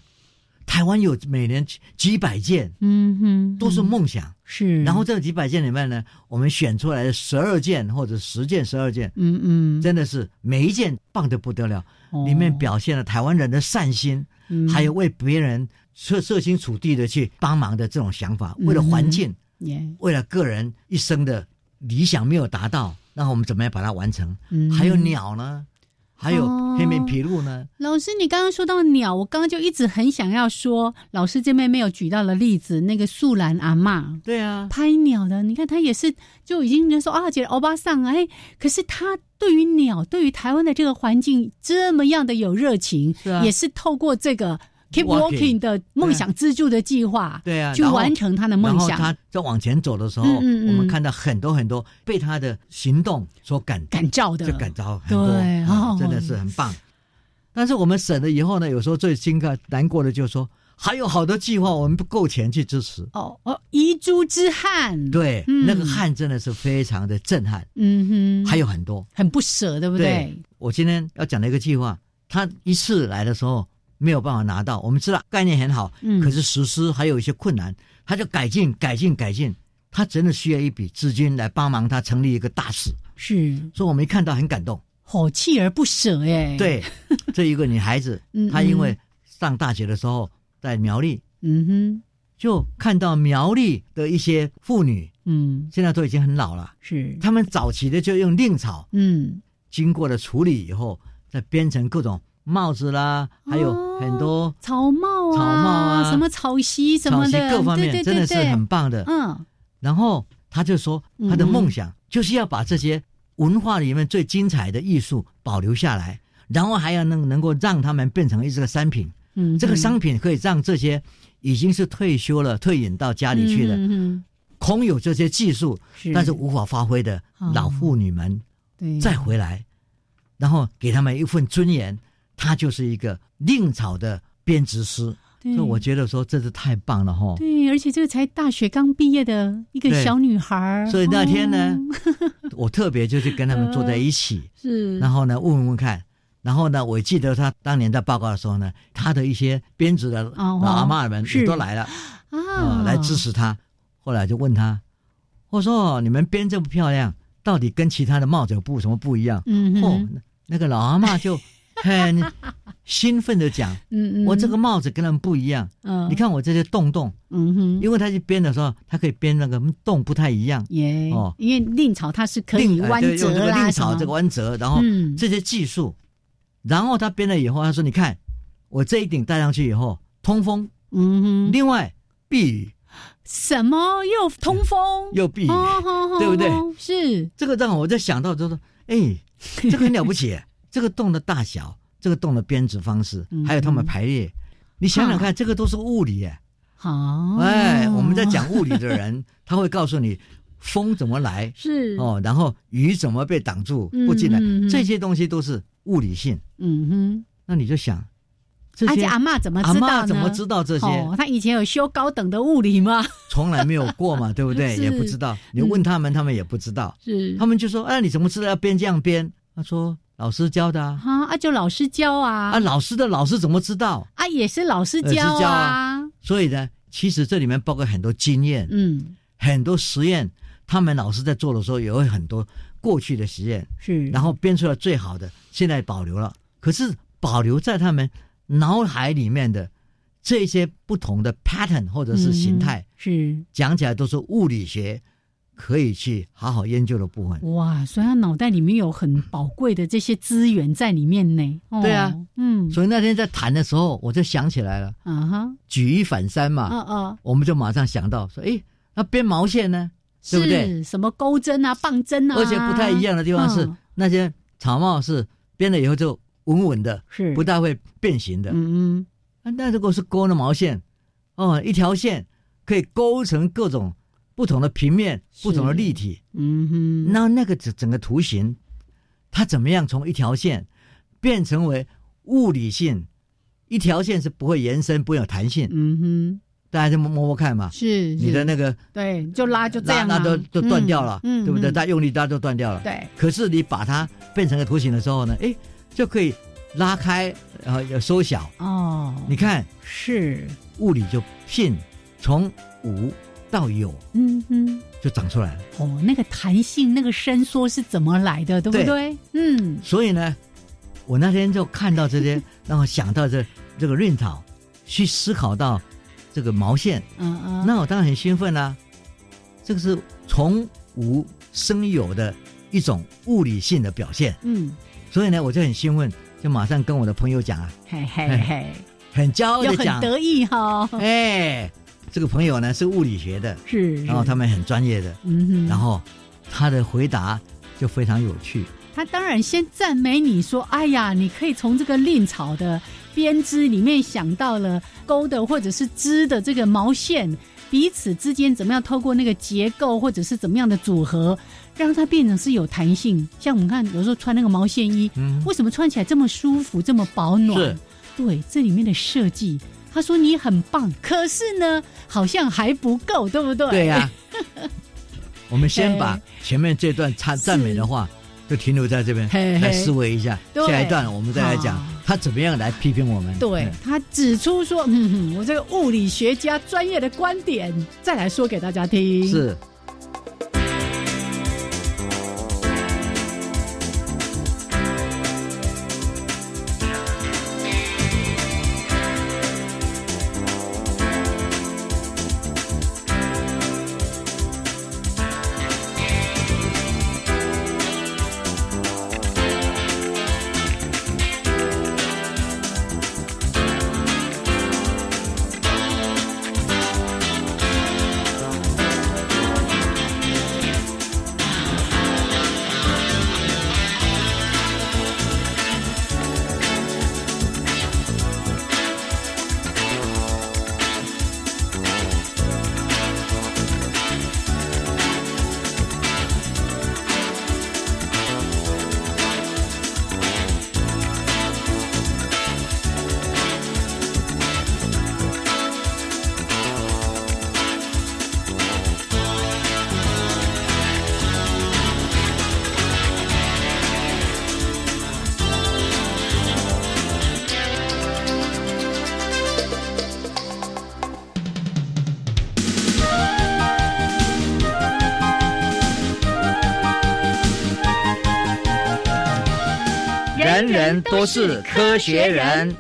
Speaker 1: 台湾有每年几几百件
Speaker 2: 嗯哼，
Speaker 1: 都是
Speaker 2: 嗯
Speaker 1: 梦想，
Speaker 2: 是，
Speaker 1: 然后这几百件里面呢，我们选出来的十二件或者十件、十二件，
Speaker 2: 嗯嗯，
Speaker 1: 真的是每一件棒的不得了，
Speaker 2: 哦
Speaker 1: 里面表现了台湾人的善心，
Speaker 2: 嗯
Speaker 1: 还有为别人设设身处地的去帮忙的这种想法，
Speaker 2: 嗯
Speaker 1: 为了环境，
Speaker 2: 耶，
Speaker 1: 为了个人一生的理想没有达到，那我们怎么样把它完成？
Speaker 2: 嗯
Speaker 1: 还有鸟呢，还有
Speaker 2: 哦
Speaker 1: 黑面琵鹭呢，
Speaker 2: 老师，你刚刚说到鸟，我刚刚就一直很想要说，老师这边没有举到的例子，那个素兰阿嬷
Speaker 1: 对啊，
Speaker 2: 拍鸟的，你看她也是就已经人说啊，姐欧巴桑哎，可是她对于鸟，对于台湾的这个环境这么样的有热情，
Speaker 1: 是啊
Speaker 2: 也是透过这个 Keep
Speaker 1: Walking，
Speaker 2: Walking 的梦想资助的计划，
Speaker 1: 对啊，
Speaker 2: 去
Speaker 1: 然后
Speaker 2: 完成她的梦想，
Speaker 1: 然后他在往前走的时候，
Speaker 2: 嗯嗯嗯
Speaker 1: 我们看到很多很多被他的行动所感
Speaker 2: 感召的
Speaker 1: 就感召很多，
Speaker 2: 对哦
Speaker 1: 嗯真的是很棒。但是我们审了以后呢，有时候最心刻难过的就是说，还有好多计划我们不够钱去支持。
Speaker 2: 哦哦，遗珠之憾，，
Speaker 1: 对，
Speaker 2: 嗯
Speaker 1: 那个汗真的是非常的震撼，
Speaker 2: 嗯哼，
Speaker 1: 还有很多。
Speaker 2: 很不舍，对不对？
Speaker 1: 我今天要讲的一个计划，他一次来的时候没有办法拿到，我们知道概念很好，
Speaker 2: 嗯
Speaker 1: 可是实施还有一些困难，他就改进、改进、改进。他真的需要一笔资金来帮忙他成立一个大使，
Speaker 2: 是
Speaker 1: 所以我们一看到很感动。
Speaker 2: 好锲而不舍哎，，
Speaker 1: 对，这一个女孩子
Speaker 2: 嗯，
Speaker 1: 她因为上大学的时候在苗栗，
Speaker 2: 嗯哼。
Speaker 1: 就看到苗栗的一些妇女，
Speaker 2: 嗯，
Speaker 1: 现在都已经很老了，
Speaker 2: 是，
Speaker 1: 她们早期的就用蔺草
Speaker 2: 嗯，
Speaker 1: 经过了处理以后，再编成各种帽子啦，还有很多
Speaker 2: 哦草帽啊，
Speaker 1: 草帽啊
Speaker 2: 什么草席什
Speaker 1: 草
Speaker 2: 么
Speaker 1: 席
Speaker 2: 的，
Speaker 1: 各方
Speaker 2: 对
Speaker 1: 面，
Speaker 2: 对嗯
Speaker 1: 真
Speaker 2: 对
Speaker 1: 的是
Speaker 2: 对
Speaker 1: 很棒的。
Speaker 2: 嗯，
Speaker 1: 然后他就说他的梦想就是要把这些文化里面最精彩的艺术保留下来，然后还要能能够让他们变成一个商品。
Speaker 2: 嗯，
Speaker 1: 这个商品可以让这些已经是退休了、退隐到家里去的，
Speaker 2: 嗯
Speaker 1: 空有这些技术
Speaker 2: 是嗯
Speaker 1: 但是无法发挥的老妇女们
Speaker 2: 对，
Speaker 1: 再回来，然后给他们一份尊严，他就是一个另草的编织师。
Speaker 2: 对
Speaker 1: 所以我觉得说这是太棒了哈。
Speaker 2: 嗯对，而且这个才大学刚毕业的一个
Speaker 1: 对
Speaker 2: 小女孩儿，
Speaker 1: 所以那天呢
Speaker 2: 哦，
Speaker 1: 我特别就去跟他们坐在一起，
Speaker 2: 是，
Speaker 1: 然
Speaker 2: 后
Speaker 1: 后呢问问看，然后呢，我记得他当年在报告的时候呢，他的一些编织的
Speaker 2: 哦
Speaker 1: 老阿嬷们
Speaker 2: 是
Speaker 1: 也都来了
Speaker 2: 啊
Speaker 1: 啊，来支
Speaker 2: 持，
Speaker 1: 持他。后来就问他，我说哦你们编这么漂亮，到底跟其他的帽子有不什么不一样？
Speaker 2: 嗯
Speaker 1: 哦
Speaker 2: 哼，，
Speaker 1: 那那个老阿嬷 就很兴奋的讲，
Speaker 2: 嗯嗯，
Speaker 1: 我这个，帽子跟他们不一样，
Speaker 2: 嗯，
Speaker 1: 你，看我这些洞洞，
Speaker 2: 嗯哼，
Speaker 1: 因为他去编的时候，他可以编那个洞不太一样。
Speaker 2: 耶，
Speaker 1: 哦
Speaker 2: 因为令草它是可以
Speaker 1: 另哎
Speaker 2: 弯
Speaker 1: 对
Speaker 2: 折
Speaker 1: 用这个
Speaker 2: 啦，
Speaker 1: 令
Speaker 2: 什么
Speaker 1: 草这个弯折，然后
Speaker 2: 嗯
Speaker 1: 这些技术，然后他编了以后，他说：“你看，我这一顶戴上去以后，通风，
Speaker 2: 嗯哼，
Speaker 1: 另外避雨
Speaker 2: 什么又通风，
Speaker 1: 又避雨。
Speaker 2: 哦吼吼
Speaker 1: 对不对
Speaker 2: 吼是，
Speaker 1: 这个让我在想到，就说：“ 哎，这个很了不起，这个洞的大小，这个洞的编织方式
Speaker 2: 嗯，啊
Speaker 1: 还有他们排列，你想想看，这个都是物理耶。
Speaker 2: 好，
Speaker 1: 哎，我们在讲物理的人， 他会告诉你风怎么来
Speaker 2: 是，
Speaker 1: 哦，然后雨怎么被挡住
Speaker 2: 嗯
Speaker 1: 不进来
Speaker 2: 嗯嗯，
Speaker 1: 这些东西都是物理性。
Speaker 2: 嗯哼，
Speaker 1: 那你就想，这
Speaker 2: 而且
Speaker 1: 些
Speaker 2: 阿嬷怎么
Speaker 1: 阿
Speaker 2: 知道
Speaker 1: 嬷
Speaker 2: 呢？
Speaker 1: 怎么知道这些？
Speaker 2: 哦，他以前有修高等的物理 吗？
Speaker 1: 从来没有过嘛，对不 对？
Speaker 2: 是嗯
Speaker 1: 也不知道。你问他们，他们也不知道。
Speaker 2: 是
Speaker 1: 他们就说：“哎，你怎么知道要编这样编？”他说：“老师教的啊。
Speaker 2: 啊啊，就老师教啊，”
Speaker 1: 啊，老师的老师怎么知道？
Speaker 2: 啊也是老师
Speaker 1: 呃
Speaker 2: 教
Speaker 1: 是教啊所以呢，其实这里面包括很多经验，
Speaker 2: 嗯，
Speaker 1: 很多实验。他们老师在做的时候，也会很多过去的实验，
Speaker 2: 是，
Speaker 1: 然后编出来最好的，现在保留了。可是保留在他们脑海里面的这些不同的 pattern 或者是形态，
Speaker 2: 嗯
Speaker 1: 讲起来都是物理学可以去好好研究的部分
Speaker 2: 是。哇，所以他脑袋里面有很宝贵的这些资源在里面呢。哦
Speaker 1: 对啊，
Speaker 2: 嗯，
Speaker 1: 所以那天在谈的时候，我就想起来了，
Speaker 2: 啊哈，
Speaker 1: 举一反三嘛，
Speaker 2: 嗯嗯，
Speaker 1: 我们就马上想到说，诶，那编毛线呢？对不对
Speaker 2: 是什么钩针啊、棒针啊，
Speaker 1: 而且不太一样的地方是，
Speaker 2: 嗯
Speaker 1: 那些草帽是编了以后就稳稳的，
Speaker 2: 是
Speaker 1: 不，大会变形的。
Speaker 2: 嗯嗯，
Speaker 1: 啊那如果是勾的毛线，哦，一条线可以勾成各种不同的平面、
Speaker 2: 是
Speaker 1: 不同的立体。
Speaker 2: 嗯哼，
Speaker 1: 那那个整整个图形，它怎么样从一条线变成为物理性？一条线是不会延伸，不会有弹性。
Speaker 2: 嗯
Speaker 1: 大家就摸摸看嘛
Speaker 2: 哼，，是
Speaker 1: 你的
Speaker 2: 是
Speaker 1: 那个
Speaker 2: 对，就拉就这
Speaker 1: 拉
Speaker 2: 样啊，
Speaker 1: 拉都都断掉了，
Speaker 2: 嗯嗯
Speaker 1: 对不对？
Speaker 2: 嗯
Speaker 1: 它用力拉都断掉了。
Speaker 2: 对，
Speaker 1: 可是你把它变成个图形的时候呢，哎，就可以拉开，呃，要缩小。
Speaker 2: 哦，
Speaker 1: 你看
Speaker 2: 是，
Speaker 1: 物理就性从无到有
Speaker 2: 嗯哼。
Speaker 1: 就长出来了。
Speaker 2: 哦，那个弹性、那个伸缩是怎么来的，对不对？
Speaker 1: 对
Speaker 2: 嗯，
Speaker 1: 所以呢，我那天就看到这些，让我想到这这个润草，去思考到这个毛线，
Speaker 2: 嗯嗯，
Speaker 1: 那我当然很兴奋啦、啊这个是从无生有的一种物理性的表现，
Speaker 2: 嗯，
Speaker 1: 所以呢，我就很兴奋，就马上跟我的朋友讲啊，
Speaker 2: 嘿嘿嘿，
Speaker 1: 很骄傲
Speaker 2: 又
Speaker 1: 的
Speaker 2: 很
Speaker 1: 讲，啊
Speaker 2: 得意哈、
Speaker 1: 哎，这个朋友呢是物理学的，
Speaker 2: 是，是
Speaker 1: 然后他，们很专业的，
Speaker 2: 嗯哼，
Speaker 1: 然后他的回答就非常有趣，
Speaker 2: 他当然先赞美你说，哎呀，你可以从这个令草的编织里面想到了钩的或者是织的这个毛线。彼此之间怎么样透过那个结构或者是怎么样的组合，让它变成是有弹性。像我们看，有时候穿那个毛线衣，
Speaker 1: 嗯，
Speaker 2: 为什么穿起来这么舒服，这么保暖？
Speaker 1: 是
Speaker 2: 对，这里面的设计，他说你很棒，可是呢，好像还不够，对不对？
Speaker 1: 对啊 呀、我们先把
Speaker 2: 哎
Speaker 1: 前面这段赞赞美的话就停留在这边，
Speaker 2: 嘿嘿
Speaker 1: 来思维一下。
Speaker 2: 对
Speaker 1: 下一段我们再来讲
Speaker 2: 好
Speaker 1: 他怎么样来批评我们。
Speaker 2: 对
Speaker 1: 嗯
Speaker 2: 他指出说，嗯哼，我这个物理学家专业的观点，再来说给大家听。，
Speaker 1: 是
Speaker 10: 「
Speaker 1: 人人都是科学人。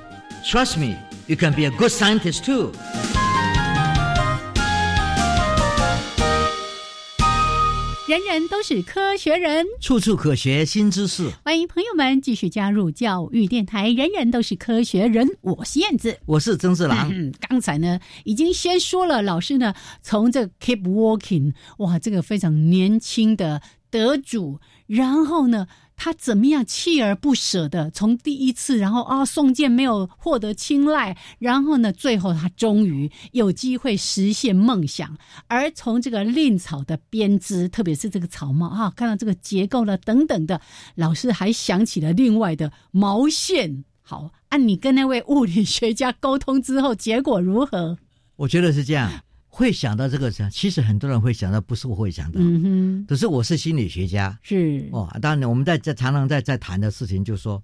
Speaker 1: Trust me, you can be a good scientist too.
Speaker 2: 人人都是科学人。
Speaker 1: 处处可学新知识。
Speaker 2: 欢迎朋友们继续加入教育电台，人人都是科学人，我是燕子。
Speaker 1: 我是曾志郎，
Speaker 2: 嗯，刚才呢已经先说了，老师呢从这个 Keep Walking，哇，这个非常年轻的得主，然后呢他怎么样锲而不舍的从第一次，然后啊宋健没有获得青睐，然后呢最后他终于有机会实现梦想，而从这个蔺草的编织，特别是这个草帽啊，看到这个结构了等等的，老师还想起了另外的毛线。好，按、你跟那位物理学家沟通之后，结果如何？
Speaker 1: 我觉得是这样。会想到这个，其实很多人会想到，不是我会想到，
Speaker 2: 嗯哼，
Speaker 1: 可是我是心理学家
Speaker 2: 是
Speaker 1: 哦。当然，我们在在常常在在谈的事情，就是说，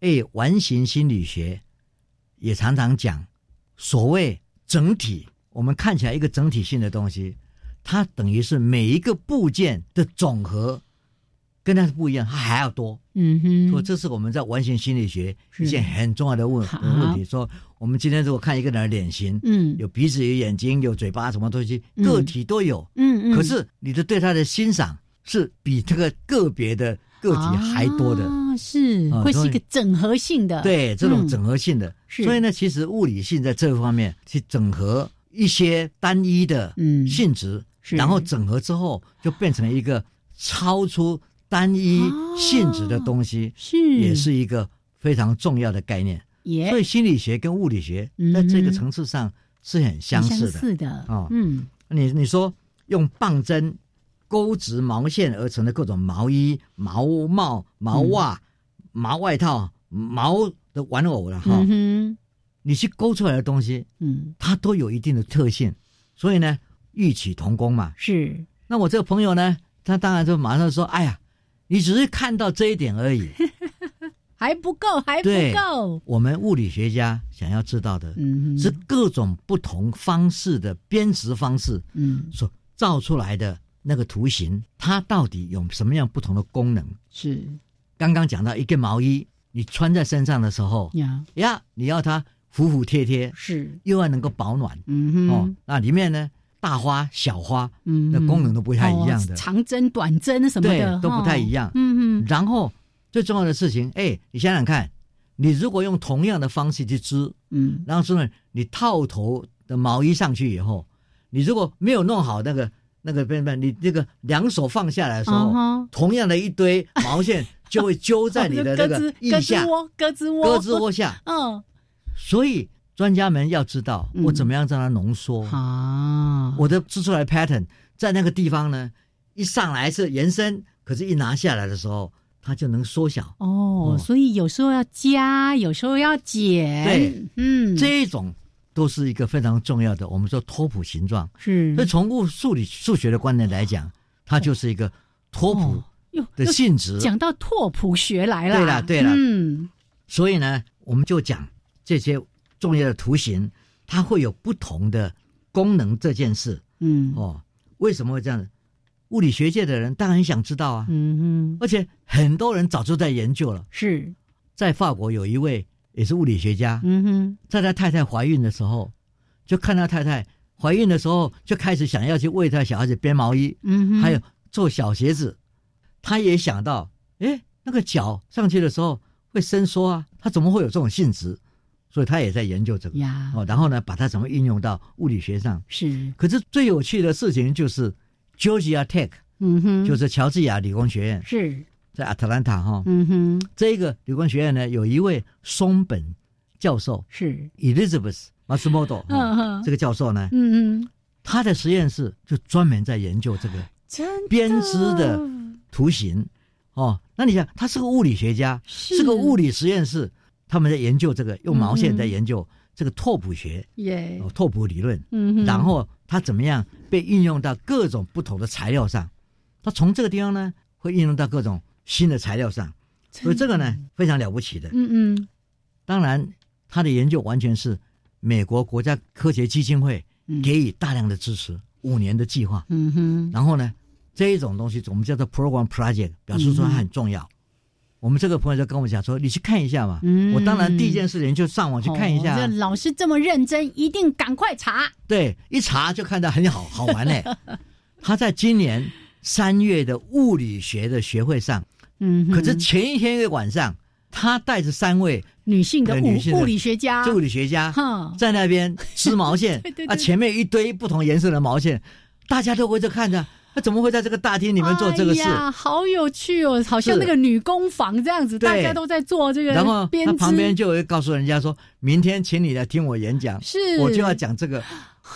Speaker 1: 哎，完形心理学也常常讲，所谓整体，我们看起来一个整体性的东西，它等于是每一个部件的总和，跟它是不一样，它还要多。
Speaker 2: 嗯哼，
Speaker 1: 说这是我们在完形心理学
Speaker 2: 是
Speaker 1: 一件很重要的问
Speaker 2: 好
Speaker 1: 问题。说我们今天如果看一个人的脸型，
Speaker 2: 嗯
Speaker 1: 有鼻子、有眼睛、有嘴巴，什么东西
Speaker 2: 嗯
Speaker 1: 个体都有，
Speaker 2: 嗯嗯，
Speaker 1: 可是你的对他的欣赏是比这个个别的个体还多的。
Speaker 2: 啊、是
Speaker 1: 啊
Speaker 2: 会
Speaker 1: 所
Speaker 2: 是
Speaker 1: 以
Speaker 2: 一个整合性的，
Speaker 1: 对这种
Speaker 2: 嗯
Speaker 1: 整合性的，
Speaker 2: 是
Speaker 1: 所以呢，其实物理性在这方面去整合一些单一的
Speaker 2: 嗯
Speaker 1: 性质，
Speaker 2: 是
Speaker 1: 然后整合之后就变成一个超出单一
Speaker 2: 啊
Speaker 1: 性质的东西。
Speaker 2: 是
Speaker 1: 也是一个非常重要的概念。
Speaker 2: 也
Speaker 1: 所以心理学跟物理学
Speaker 2: 哎嗯
Speaker 1: 在这个层次上是很相
Speaker 2: 很
Speaker 1: 似
Speaker 2: 相
Speaker 1: 的。
Speaker 2: 似的
Speaker 1: 哦
Speaker 2: 嗯
Speaker 1: 你你说用棒针钩织毛线而成的各种毛衣、毛帽、
Speaker 2: 嗯
Speaker 1: 毛袜、毛外套、毛的玩偶了哈，
Speaker 2: 嗯哼
Speaker 1: 你去勾出来的东西，
Speaker 2: 嗯
Speaker 1: 它都有一定的特性，所以呢，异曲同工嘛。
Speaker 2: 是
Speaker 1: 那我这个朋友呢，他当然就马上说：“哎呀，你只是看到这一点 而已。”
Speaker 2: 还不够，还不
Speaker 1: 对
Speaker 2: 够，
Speaker 1: 我们物理学家想要知道的
Speaker 2: 嗯哼
Speaker 1: 是各种不同方式的编织方式
Speaker 2: 嗯
Speaker 1: 所造出来的那个图形，它到底有什么样不同的功能？
Speaker 2: 是
Speaker 1: 刚刚讲到一件毛衣，你穿在身上的时候
Speaker 2: 呀
Speaker 1: 呀，你要它服服帖帖，
Speaker 2: 是
Speaker 1: 又要能够保暖
Speaker 2: 嗯哼
Speaker 1: 哦。那里面呢，大花小花
Speaker 2: 嗯
Speaker 1: 的
Speaker 2: 哼
Speaker 1: 功能都不太一样
Speaker 2: 哦
Speaker 1: 的，
Speaker 2: 长针短针什么
Speaker 1: 对
Speaker 2: 的，
Speaker 1: 都不太一
Speaker 2: 样，
Speaker 1: 样。
Speaker 2: 嗯哼
Speaker 1: 然后最重要的事情，哎，你想想看，你如果用同样的方式去织，
Speaker 2: 嗯
Speaker 1: 然后说呢，你套头的毛衣上去以后，你如果没有弄好那个那个边边，你那个两手放下来的时候，
Speaker 2: 啊哈哦
Speaker 1: 同样的一堆毛线就会揪在你的 那
Speaker 2: 鸽
Speaker 1: 个
Speaker 2: 子
Speaker 1: 腋
Speaker 2: 鸽
Speaker 1: 下
Speaker 2: 子、窝鸽子窝
Speaker 1: 胳肢窝下。
Speaker 2: 嗯
Speaker 1: 所以专家们要知道，
Speaker 2: 嗯
Speaker 1: 我怎么样让它浓缩，
Speaker 2: 好
Speaker 1: 我的织出来的 pattern 在那个地方呢，一上来是延伸，可是一拿下来的时候，它就能缩小。
Speaker 2: 哦，
Speaker 1: 哦
Speaker 2: 所以有时候要加，有时候要减。
Speaker 1: 对，
Speaker 2: 嗯，
Speaker 1: 这一种都是一个非常重要的，我们说拓扑形状。
Speaker 2: 是
Speaker 1: 所以从物数理数学的观点来讲，它就是一个拓扑
Speaker 2: 又
Speaker 1: 的
Speaker 2: 又
Speaker 1: 性质。
Speaker 2: 哦讲到拓扑学来了。
Speaker 1: 对啦对啦
Speaker 2: 嗯，
Speaker 1: 所以呢，我们就讲这些重要的图形，它会有不同的功能这件事
Speaker 2: 嗯，
Speaker 1: 哦。为什么会这样？物理学界的人当然很想知道啊，
Speaker 2: 嗯哼，
Speaker 1: 而且很多人早就在研究了。
Speaker 2: 是，
Speaker 1: 在法国有一位也是物理学家，
Speaker 2: 嗯哼，
Speaker 1: 在他太太怀孕的时候，就看他太太怀孕的时候，就开始想要去为他小孩子编毛衣。
Speaker 2: 嗯哼，
Speaker 1: 还有做小鞋子，他也想到，诶，那个脚上去的时候会伸缩啊，它怎么会有这种性质？所以他也在研究这个
Speaker 2: 呀，
Speaker 1: 哦，然后呢，把它怎么运用到物理学上。
Speaker 2: 是，
Speaker 1: 可是最有趣的事情就是，Georgia Tech，
Speaker 2: 嗯哼，
Speaker 1: 就是乔治亚理工学院，
Speaker 2: 是，
Speaker 1: 在亚特兰大哈、
Speaker 2: 嗯哼，
Speaker 1: 这个理工学院呢，有一位松本教授
Speaker 2: 是，
Speaker 1: Elizabeth Matsumoto，、
Speaker 2: 嗯
Speaker 1: 哦、
Speaker 2: 哼，
Speaker 1: 这个教授呢，
Speaker 2: 嗯哼，
Speaker 1: 他的实验室就专门在研究这个
Speaker 2: 真
Speaker 1: 编织的图形。哦，那你想，他是个物理学家，
Speaker 2: 是
Speaker 1: 个物理实验室，他们在研究这个，用毛
Speaker 2: 嗯
Speaker 1: 线
Speaker 2: 哼
Speaker 1: 在研究这个拓扑学、
Speaker 2: 耶
Speaker 1: 哦，，拓扑理论，
Speaker 2: 嗯哼，
Speaker 1: 然后它怎么样被运用到各种不同的材料上。它从这个地方呢，会运用到各种新的材料上，所以这个呢，非常了不起的。
Speaker 2: 嗯嗯
Speaker 1: 当然，他的研究完全是美国国家科学基金会
Speaker 2: 嗯
Speaker 1: 给予大量的支持，五年的计划。
Speaker 2: 嗯哼，
Speaker 1: 然后呢，这一种东西我们叫做 program project，表示说它很重要。我们这个朋友就跟我讲说，你去看一下嘛。
Speaker 2: 嗯
Speaker 1: 我当然第一件事情就上网去看一下
Speaker 2: 哦
Speaker 1: 啊、
Speaker 2: 这老师这么认真，一定赶快查。
Speaker 1: 对，一查就看到很好好 玩嘞、他在今年三月的物理学的学会上，
Speaker 2: 嗯哼，
Speaker 1: 可是前一天的晚上，他带着三位
Speaker 2: 女性的
Speaker 1: 对
Speaker 2: 物
Speaker 1: 女性的
Speaker 2: 物理学家，
Speaker 1: 物理学家
Speaker 2: 哼
Speaker 1: 在那边织毛 线
Speaker 2: 对对对
Speaker 1: 啊，前面一堆不同颜色的毛线，大家都围着看着，他怎么会在这个大厅里面做这个事？
Speaker 2: 哎呀，好有趣哦，好像
Speaker 1: 是
Speaker 2: 那个女工坊这样子，
Speaker 1: 对
Speaker 2: 大家都在做这个
Speaker 1: 然后
Speaker 2: 编
Speaker 1: 他
Speaker 2: 织，
Speaker 1: 旁边就会告诉人家说：“明天请你来听我演讲，
Speaker 2: 是
Speaker 1: 我就要讲这个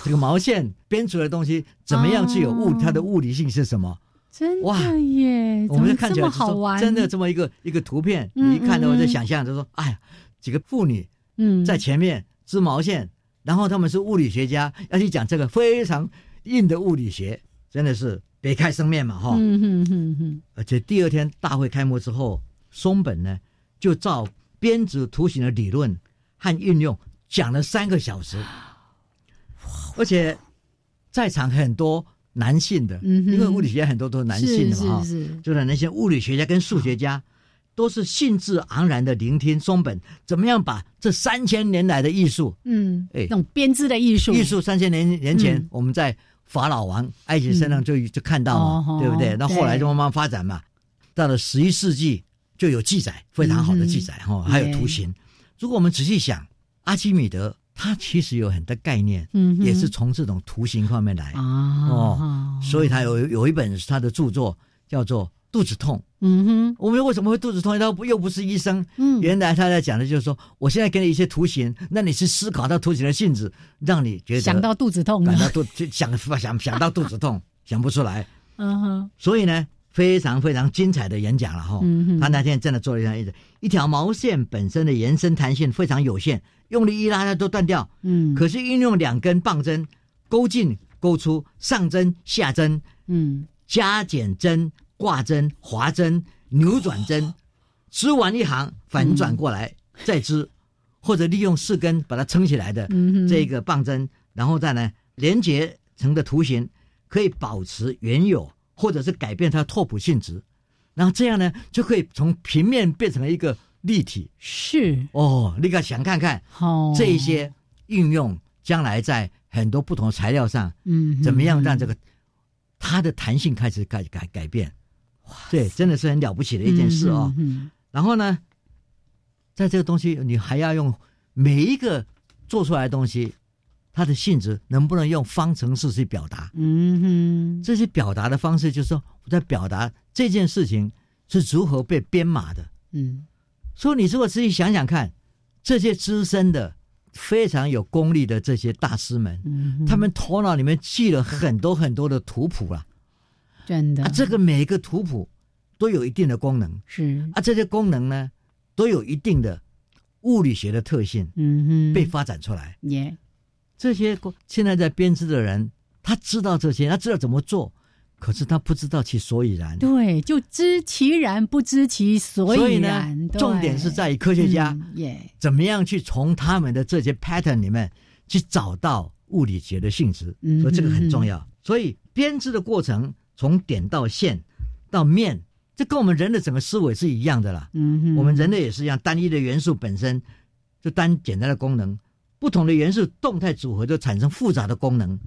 Speaker 1: 这个毛线编出来的东西怎么样具有物，
Speaker 2: 哦
Speaker 1: 它的物理性是什么。”
Speaker 2: 真
Speaker 1: 哇
Speaker 2: 的耶，
Speaker 1: 我们就看
Speaker 2: 怎
Speaker 1: 起
Speaker 2: 么这
Speaker 1: 来
Speaker 2: 么
Speaker 1: 就
Speaker 2: 好
Speaker 1: 说
Speaker 2: 玩，
Speaker 1: 真的，这么一个一个图片，
Speaker 2: 嗯
Speaker 1: 你一看到我
Speaker 2: 嗯
Speaker 1: 在
Speaker 2: 嗯
Speaker 1: 想象，就说：“哎呀，几个妇女
Speaker 2: 嗯，
Speaker 1: 在前面织毛线，然后他们是物理学家，要去讲这个非常硬的物理学，真的是别开生面嘛哈。
Speaker 2: 嗯哼哼哼，
Speaker 1: 而且第二天大会开幕之后，松本呢就照编织图形的理论和运用讲了三个小时，而且在场很多男性的，
Speaker 2: 嗯哼
Speaker 1: 因为物理学家很多都是男性的嘛哈，
Speaker 2: 是是是
Speaker 1: 就是那些物理学家跟数学家。都是兴致盎然的聆听松本怎么样把这三千年来的艺术，
Speaker 2: 嗯，
Speaker 1: 哎
Speaker 2: 那种编织的艺术，
Speaker 1: 艺术三千年年前、
Speaker 2: 嗯
Speaker 1: 我们在法老王埃及身上就、就看到
Speaker 2: 哦
Speaker 1: 嘛，对不对？那后来
Speaker 2: 对
Speaker 1: 就慢慢发展嘛，到了十一世纪就有记载，非常好的记
Speaker 2: 嗯
Speaker 1: 载哈、哦，还有图形。如果我们仔细想，阿基米德他其实有很多概念，
Speaker 2: 嗯哼
Speaker 1: 也是从这种图形方面来，
Speaker 2: 啊，
Speaker 1: 哦所
Speaker 2: 以，
Speaker 1: 以他有有一本他的著作叫做《肚子痛》。
Speaker 2: 嗯哼，
Speaker 1: 我们为什么会肚子痛？他不又不是医生，
Speaker 2: 嗯，
Speaker 1: 原来他在讲的就是说，我现在给你一些图形，那你去思考到图形的性质，让你觉得
Speaker 2: 想到肚嗯子痛了啊
Speaker 1: 感，到肚就想想想到肚子痛， 想不出来。
Speaker 2: 嗯哼，
Speaker 1: 所以呢，非常非常精彩的演讲了哈。
Speaker 2: 嗯哼
Speaker 1: 他那天真的做了一场演讲，一条毛线本身的延伸弹性非常有限，用力一拉它都断掉。
Speaker 2: 嗯，
Speaker 1: 可是运用两根棒针勾进勾出，上针下针，
Speaker 2: 嗯，
Speaker 1: 加减针、挂针、滑针、扭转针，织完一行反转过
Speaker 2: 嗯
Speaker 1: 来、再织，或者利用四根把它撑起来的
Speaker 2: 嗯哼
Speaker 1: 这个棒针，然后再呢连接成的图形，可以保持原有或者是改变它的拓扑性质，然后这样呢就可以从平面变成一个立体。
Speaker 2: 是
Speaker 1: 哦，你敢想看看
Speaker 2: 好，
Speaker 1: 这一，些应用将来在很多不同的材料上
Speaker 2: 嗯哼，
Speaker 1: 怎么样让这个它的弹性开始改改改变？对，真的是很了不起的一件事哦。
Speaker 2: 嗯
Speaker 1: 然后呢，在这个东西，你还要用每一个做出来的东西，它的性质能不能用方程式去表达？
Speaker 2: 嗯哼，
Speaker 1: 这些表达的方式，就是说我在表达这件事情是如何被编码的。
Speaker 2: 嗯
Speaker 1: 所以你如果仔细想想看，这些资深的、非常有功力的这些大师们，
Speaker 2: 嗯哼，
Speaker 1: 他们头脑里面记了很多很多的图谱啊，
Speaker 2: 真的
Speaker 1: 啊，这个每一个图谱都有一定的功能
Speaker 2: 是，
Speaker 1: 啊，这些功能呢都有一定的物理学的特性
Speaker 2: 嗯哼，
Speaker 1: 被发展出来。
Speaker 2: 也
Speaker 1: 这些功现在在编织的人，他知道这些，他知道怎么做，可是他不知道其所以然。
Speaker 2: 对，就知其然不知其所
Speaker 1: 所以
Speaker 2: 然。
Speaker 1: 呢，
Speaker 2: 对
Speaker 1: 重点是在于科学家
Speaker 2: 嗯也
Speaker 1: 怎么样去从他们的这些 pattern 里面去找到物理学的性质，
Speaker 2: 嗯
Speaker 1: 所以这个很重
Speaker 2: 嗯
Speaker 1: 要。所以编织的过程从点到线到面，这跟我们人的整个思维是一样的啦。
Speaker 2: 嗯哼，
Speaker 1: 我们人类也是一样，单一的元素本身就单简单的功能，不同的元素动态组合就产生复杂的功能。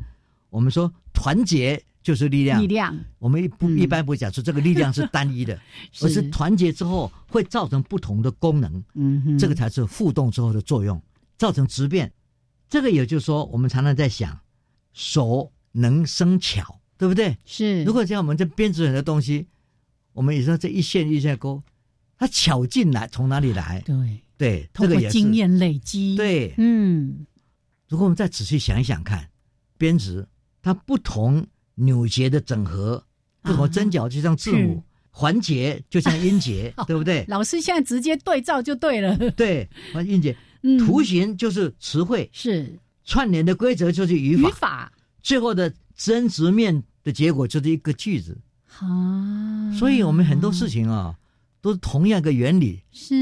Speaker 1: 我们说团结就是力量，
Speaker 2: 力量
Speaker 1: 我们一不
Speaker 2: 嗯
Speaker 1: 一般不会讲说这个力量是单一的，而是团结之后会造成不同的功能。
Speaker 2: 嗯哼，
Speaker 1: 这个才是互动之后的作用，造成质变。这个也就是说，我们常常在想，手能生巧，对不对？
Speaker 2: 是
Speaker 1: 如果像我们这编织很多东西，我们也知道这一线一线勾，它巧劲来从哪里来？
Speaker 2: 对
Speaker 1: 对，
Speaker 2: 通
Speaker 1: 这个
Speaker 2: 过
Speaker 1: 也是
Speaker 2: 经。验累积，，
Speaker 1: 对，
Speaker 2: 嗯
Speaker 1: 如果我们再仔细想一想看，编织它不同扭结的整合，不同针脚就像字母，环节就像音 节，对不对？
Speaker 2: 老师现在直接对照就对了，
Speaker 1: 对，环音节，
Speaker 2: 嗯，
Speaker 1: 图形就是词汇，
Speaker 2: 是
Speaker 1: 串联的规则就是语
Speaker 2: 语
Speaker 1: 法，
Speaker 2: 法
Speaker 1: 最后的真直面的结果就是一个句子。
Speaker 2: 啊，
Speaker 1: 所以我们很多事情啊，都是同样一个原理
Speaker 2: 是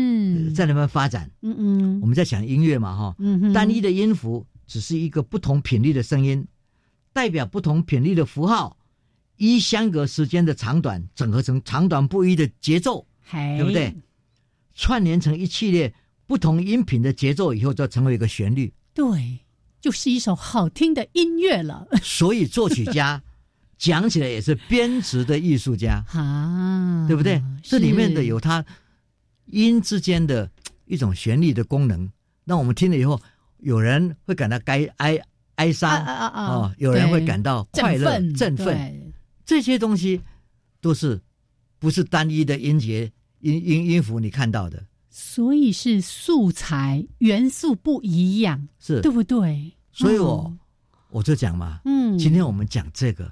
Speaker 1: 呃在那边发展。
Speaker 2: 嗯嗯
Speaker 1: 我们在想音乐嘛，哈，
Speaker 2: 嗯哼，
Speaker 1: 单一的音符只是一个不同频率的声音，代表不同频率的符号，依相隔时间的长短整合成长短不一的节奏，
Speaker 2: 嘿，
Speaker 1: 对不对？串联成一系列不同音频的节奏以后，就成为一个旋律。
Speaker 2: 对，就是一首好听的音乐 了
Speaker 1: 所以作曲家讲起来也是编织的艺术家，
Speaker 2: 啊，
Speaker 1: 对不对？这里面的
Speaker 2: 是
Speaker 1: 有它音之间的一种旋律的功能，让我们听了以后，有人会感到该哀哀伤
Speaker 2: 啊啊啊
Speaker 1: 哦有人会感
Speaker 2: 到
Speaker 1: 到快乐、振奋，
Speaker 2: 振奋
Speaker 1: 这些东西都是不是单一的音节音音音符你看到的，
Speaker 2: 所以是素材元素不一样，
Speaker 1: 是
Speaker 2: 对不对？
Speaker 1: 所以我、
Speaker 2: 嗯
Speaker 1: 我就讲嘛，
Speaker 2: 嗯，
Speaker 1: 今天我们讲这个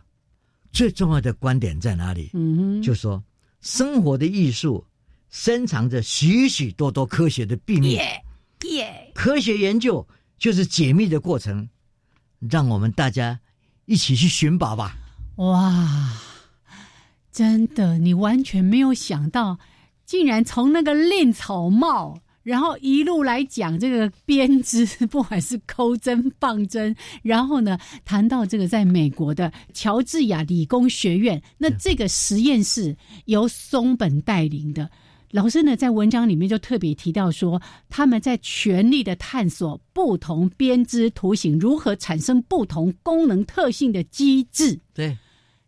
Speaker 1: 最重要的观点在哪里？
Speaker 2: 嗯哼，
Speaker 1: 就说生活的艺术深藏着许许多多科学的秘密。科学研究就是解密的过程，让我们大家一起去寻宝吧。
Speaker 2: 哇，真的，你完全没有想到，竟然从那个练草帽，然后一路来讲这个编织，不管是钩针、棒针，然后呢，谈到这个在美国的乔治亚理工学院，那这个实验室由松本带领的。老师呢，在文章里面就特别提到说，他们在全力的探索不同编织图形如何产生不同功能特性的机制。
Speaker 1: 对，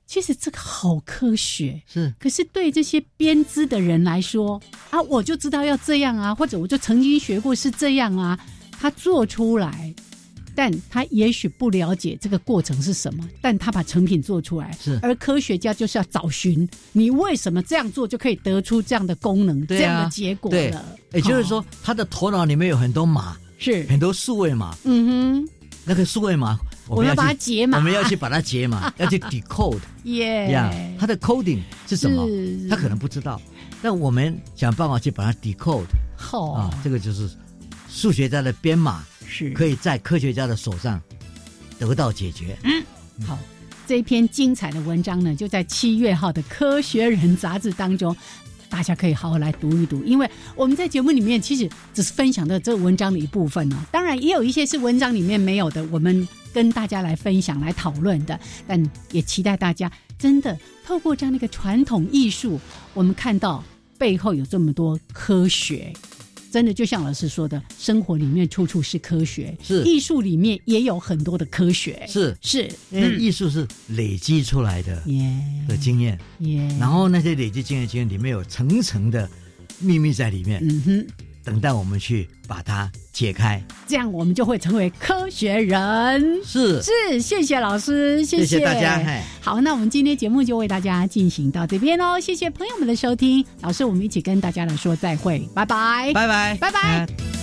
Speaker 2: 其实这个好科学，
Speaker 1: 是
Speaker 2: 可是对这些编织的人来说啊，我就知道要这样啊，或者我就曾经学过是这样啊，他做出来，但他也许不了解这个过程是什么，但他把成品做出来，
Speaker 1: 是
Speaker 2: 而科学家就是要找寻你为什么这样做就可以得出这样的功能、
Speaker 1: 对啊
Speaker 2: 这样的结果
Speaker 1: 对
Speaker 2: 了。
Speaker 1: 也就是
Speaker 2: 哦，
Speaker 1: 说，他的头脑里面有很多码，
Speaker 2: 是，
Speaker 1: 很多数位码。
Speaker 2: 嗯哼，
Speaker 1: 那个数位码，
Speaker 2: 我
Speaker 1: 们
Speaker 2: 要
Speaker 1: 要
Speaker 2: 把它
Speaker 1: 去
Speaker 2: 解码，
Speaker 1: 我们要去把它 解码，要去 decode
Speaker 2: 耶
Speaker 1: 呀、它的 coding 是什么？
Speaker 2: 是
Speaker 1: 他可能不知道，但我们想办法去把它 decode
Speaker 2: 好、
Speaker 1: 啊，这个就是数学家的编码
Speaker 2: 是
Speaker 1: 可以在科学家的手上得到解决。
Speaker 2: 好，这一篇精彩的文章呢，就在七月号的《科学人》杂志当中。大家可以好好来读一读，因为我们在节目里面其实只是分享的这文章的一部分哦，当然也有一些是文章里面没有的，我们跟大家来分享、来讨论的。但也期待大家真的透过这样的一个传统艺术，我们看到背后有这么多科学，真的就像老师说的，生活里面处处是科学，
Speaker 1: 是
Speaker 2: 艺术里面也有很多的科学，
Speaker 1: 是，
Speaker 2: 是，
Speaker 1: 因为艺术是累积出来的
Speaker 2: 耶
Speaker 1: 的经验，
Speaker 2: 耶，
Speaker 1: 然后那些累积经验经验里面有层层的秘密在里面，
Speaker 2: 嗯哼，
Speaker 1: 等待我们去把它解开。
Speaker 2: 这样我们就会成为科学人。
Speaker 1: 是，
Speaker 2: 是，谢谢老师，谢
Speaker 1: 谢大家，嗨。
Speaker 2: 好，那我们今天节目就为大家进行到这边哦喽，谢谢朋友们的收听，老师，我们一起跟大家来说再会，拜拜，
Speaker 1: 拜拜，
Speaker 2: 拜拜
Speaker 1: 哎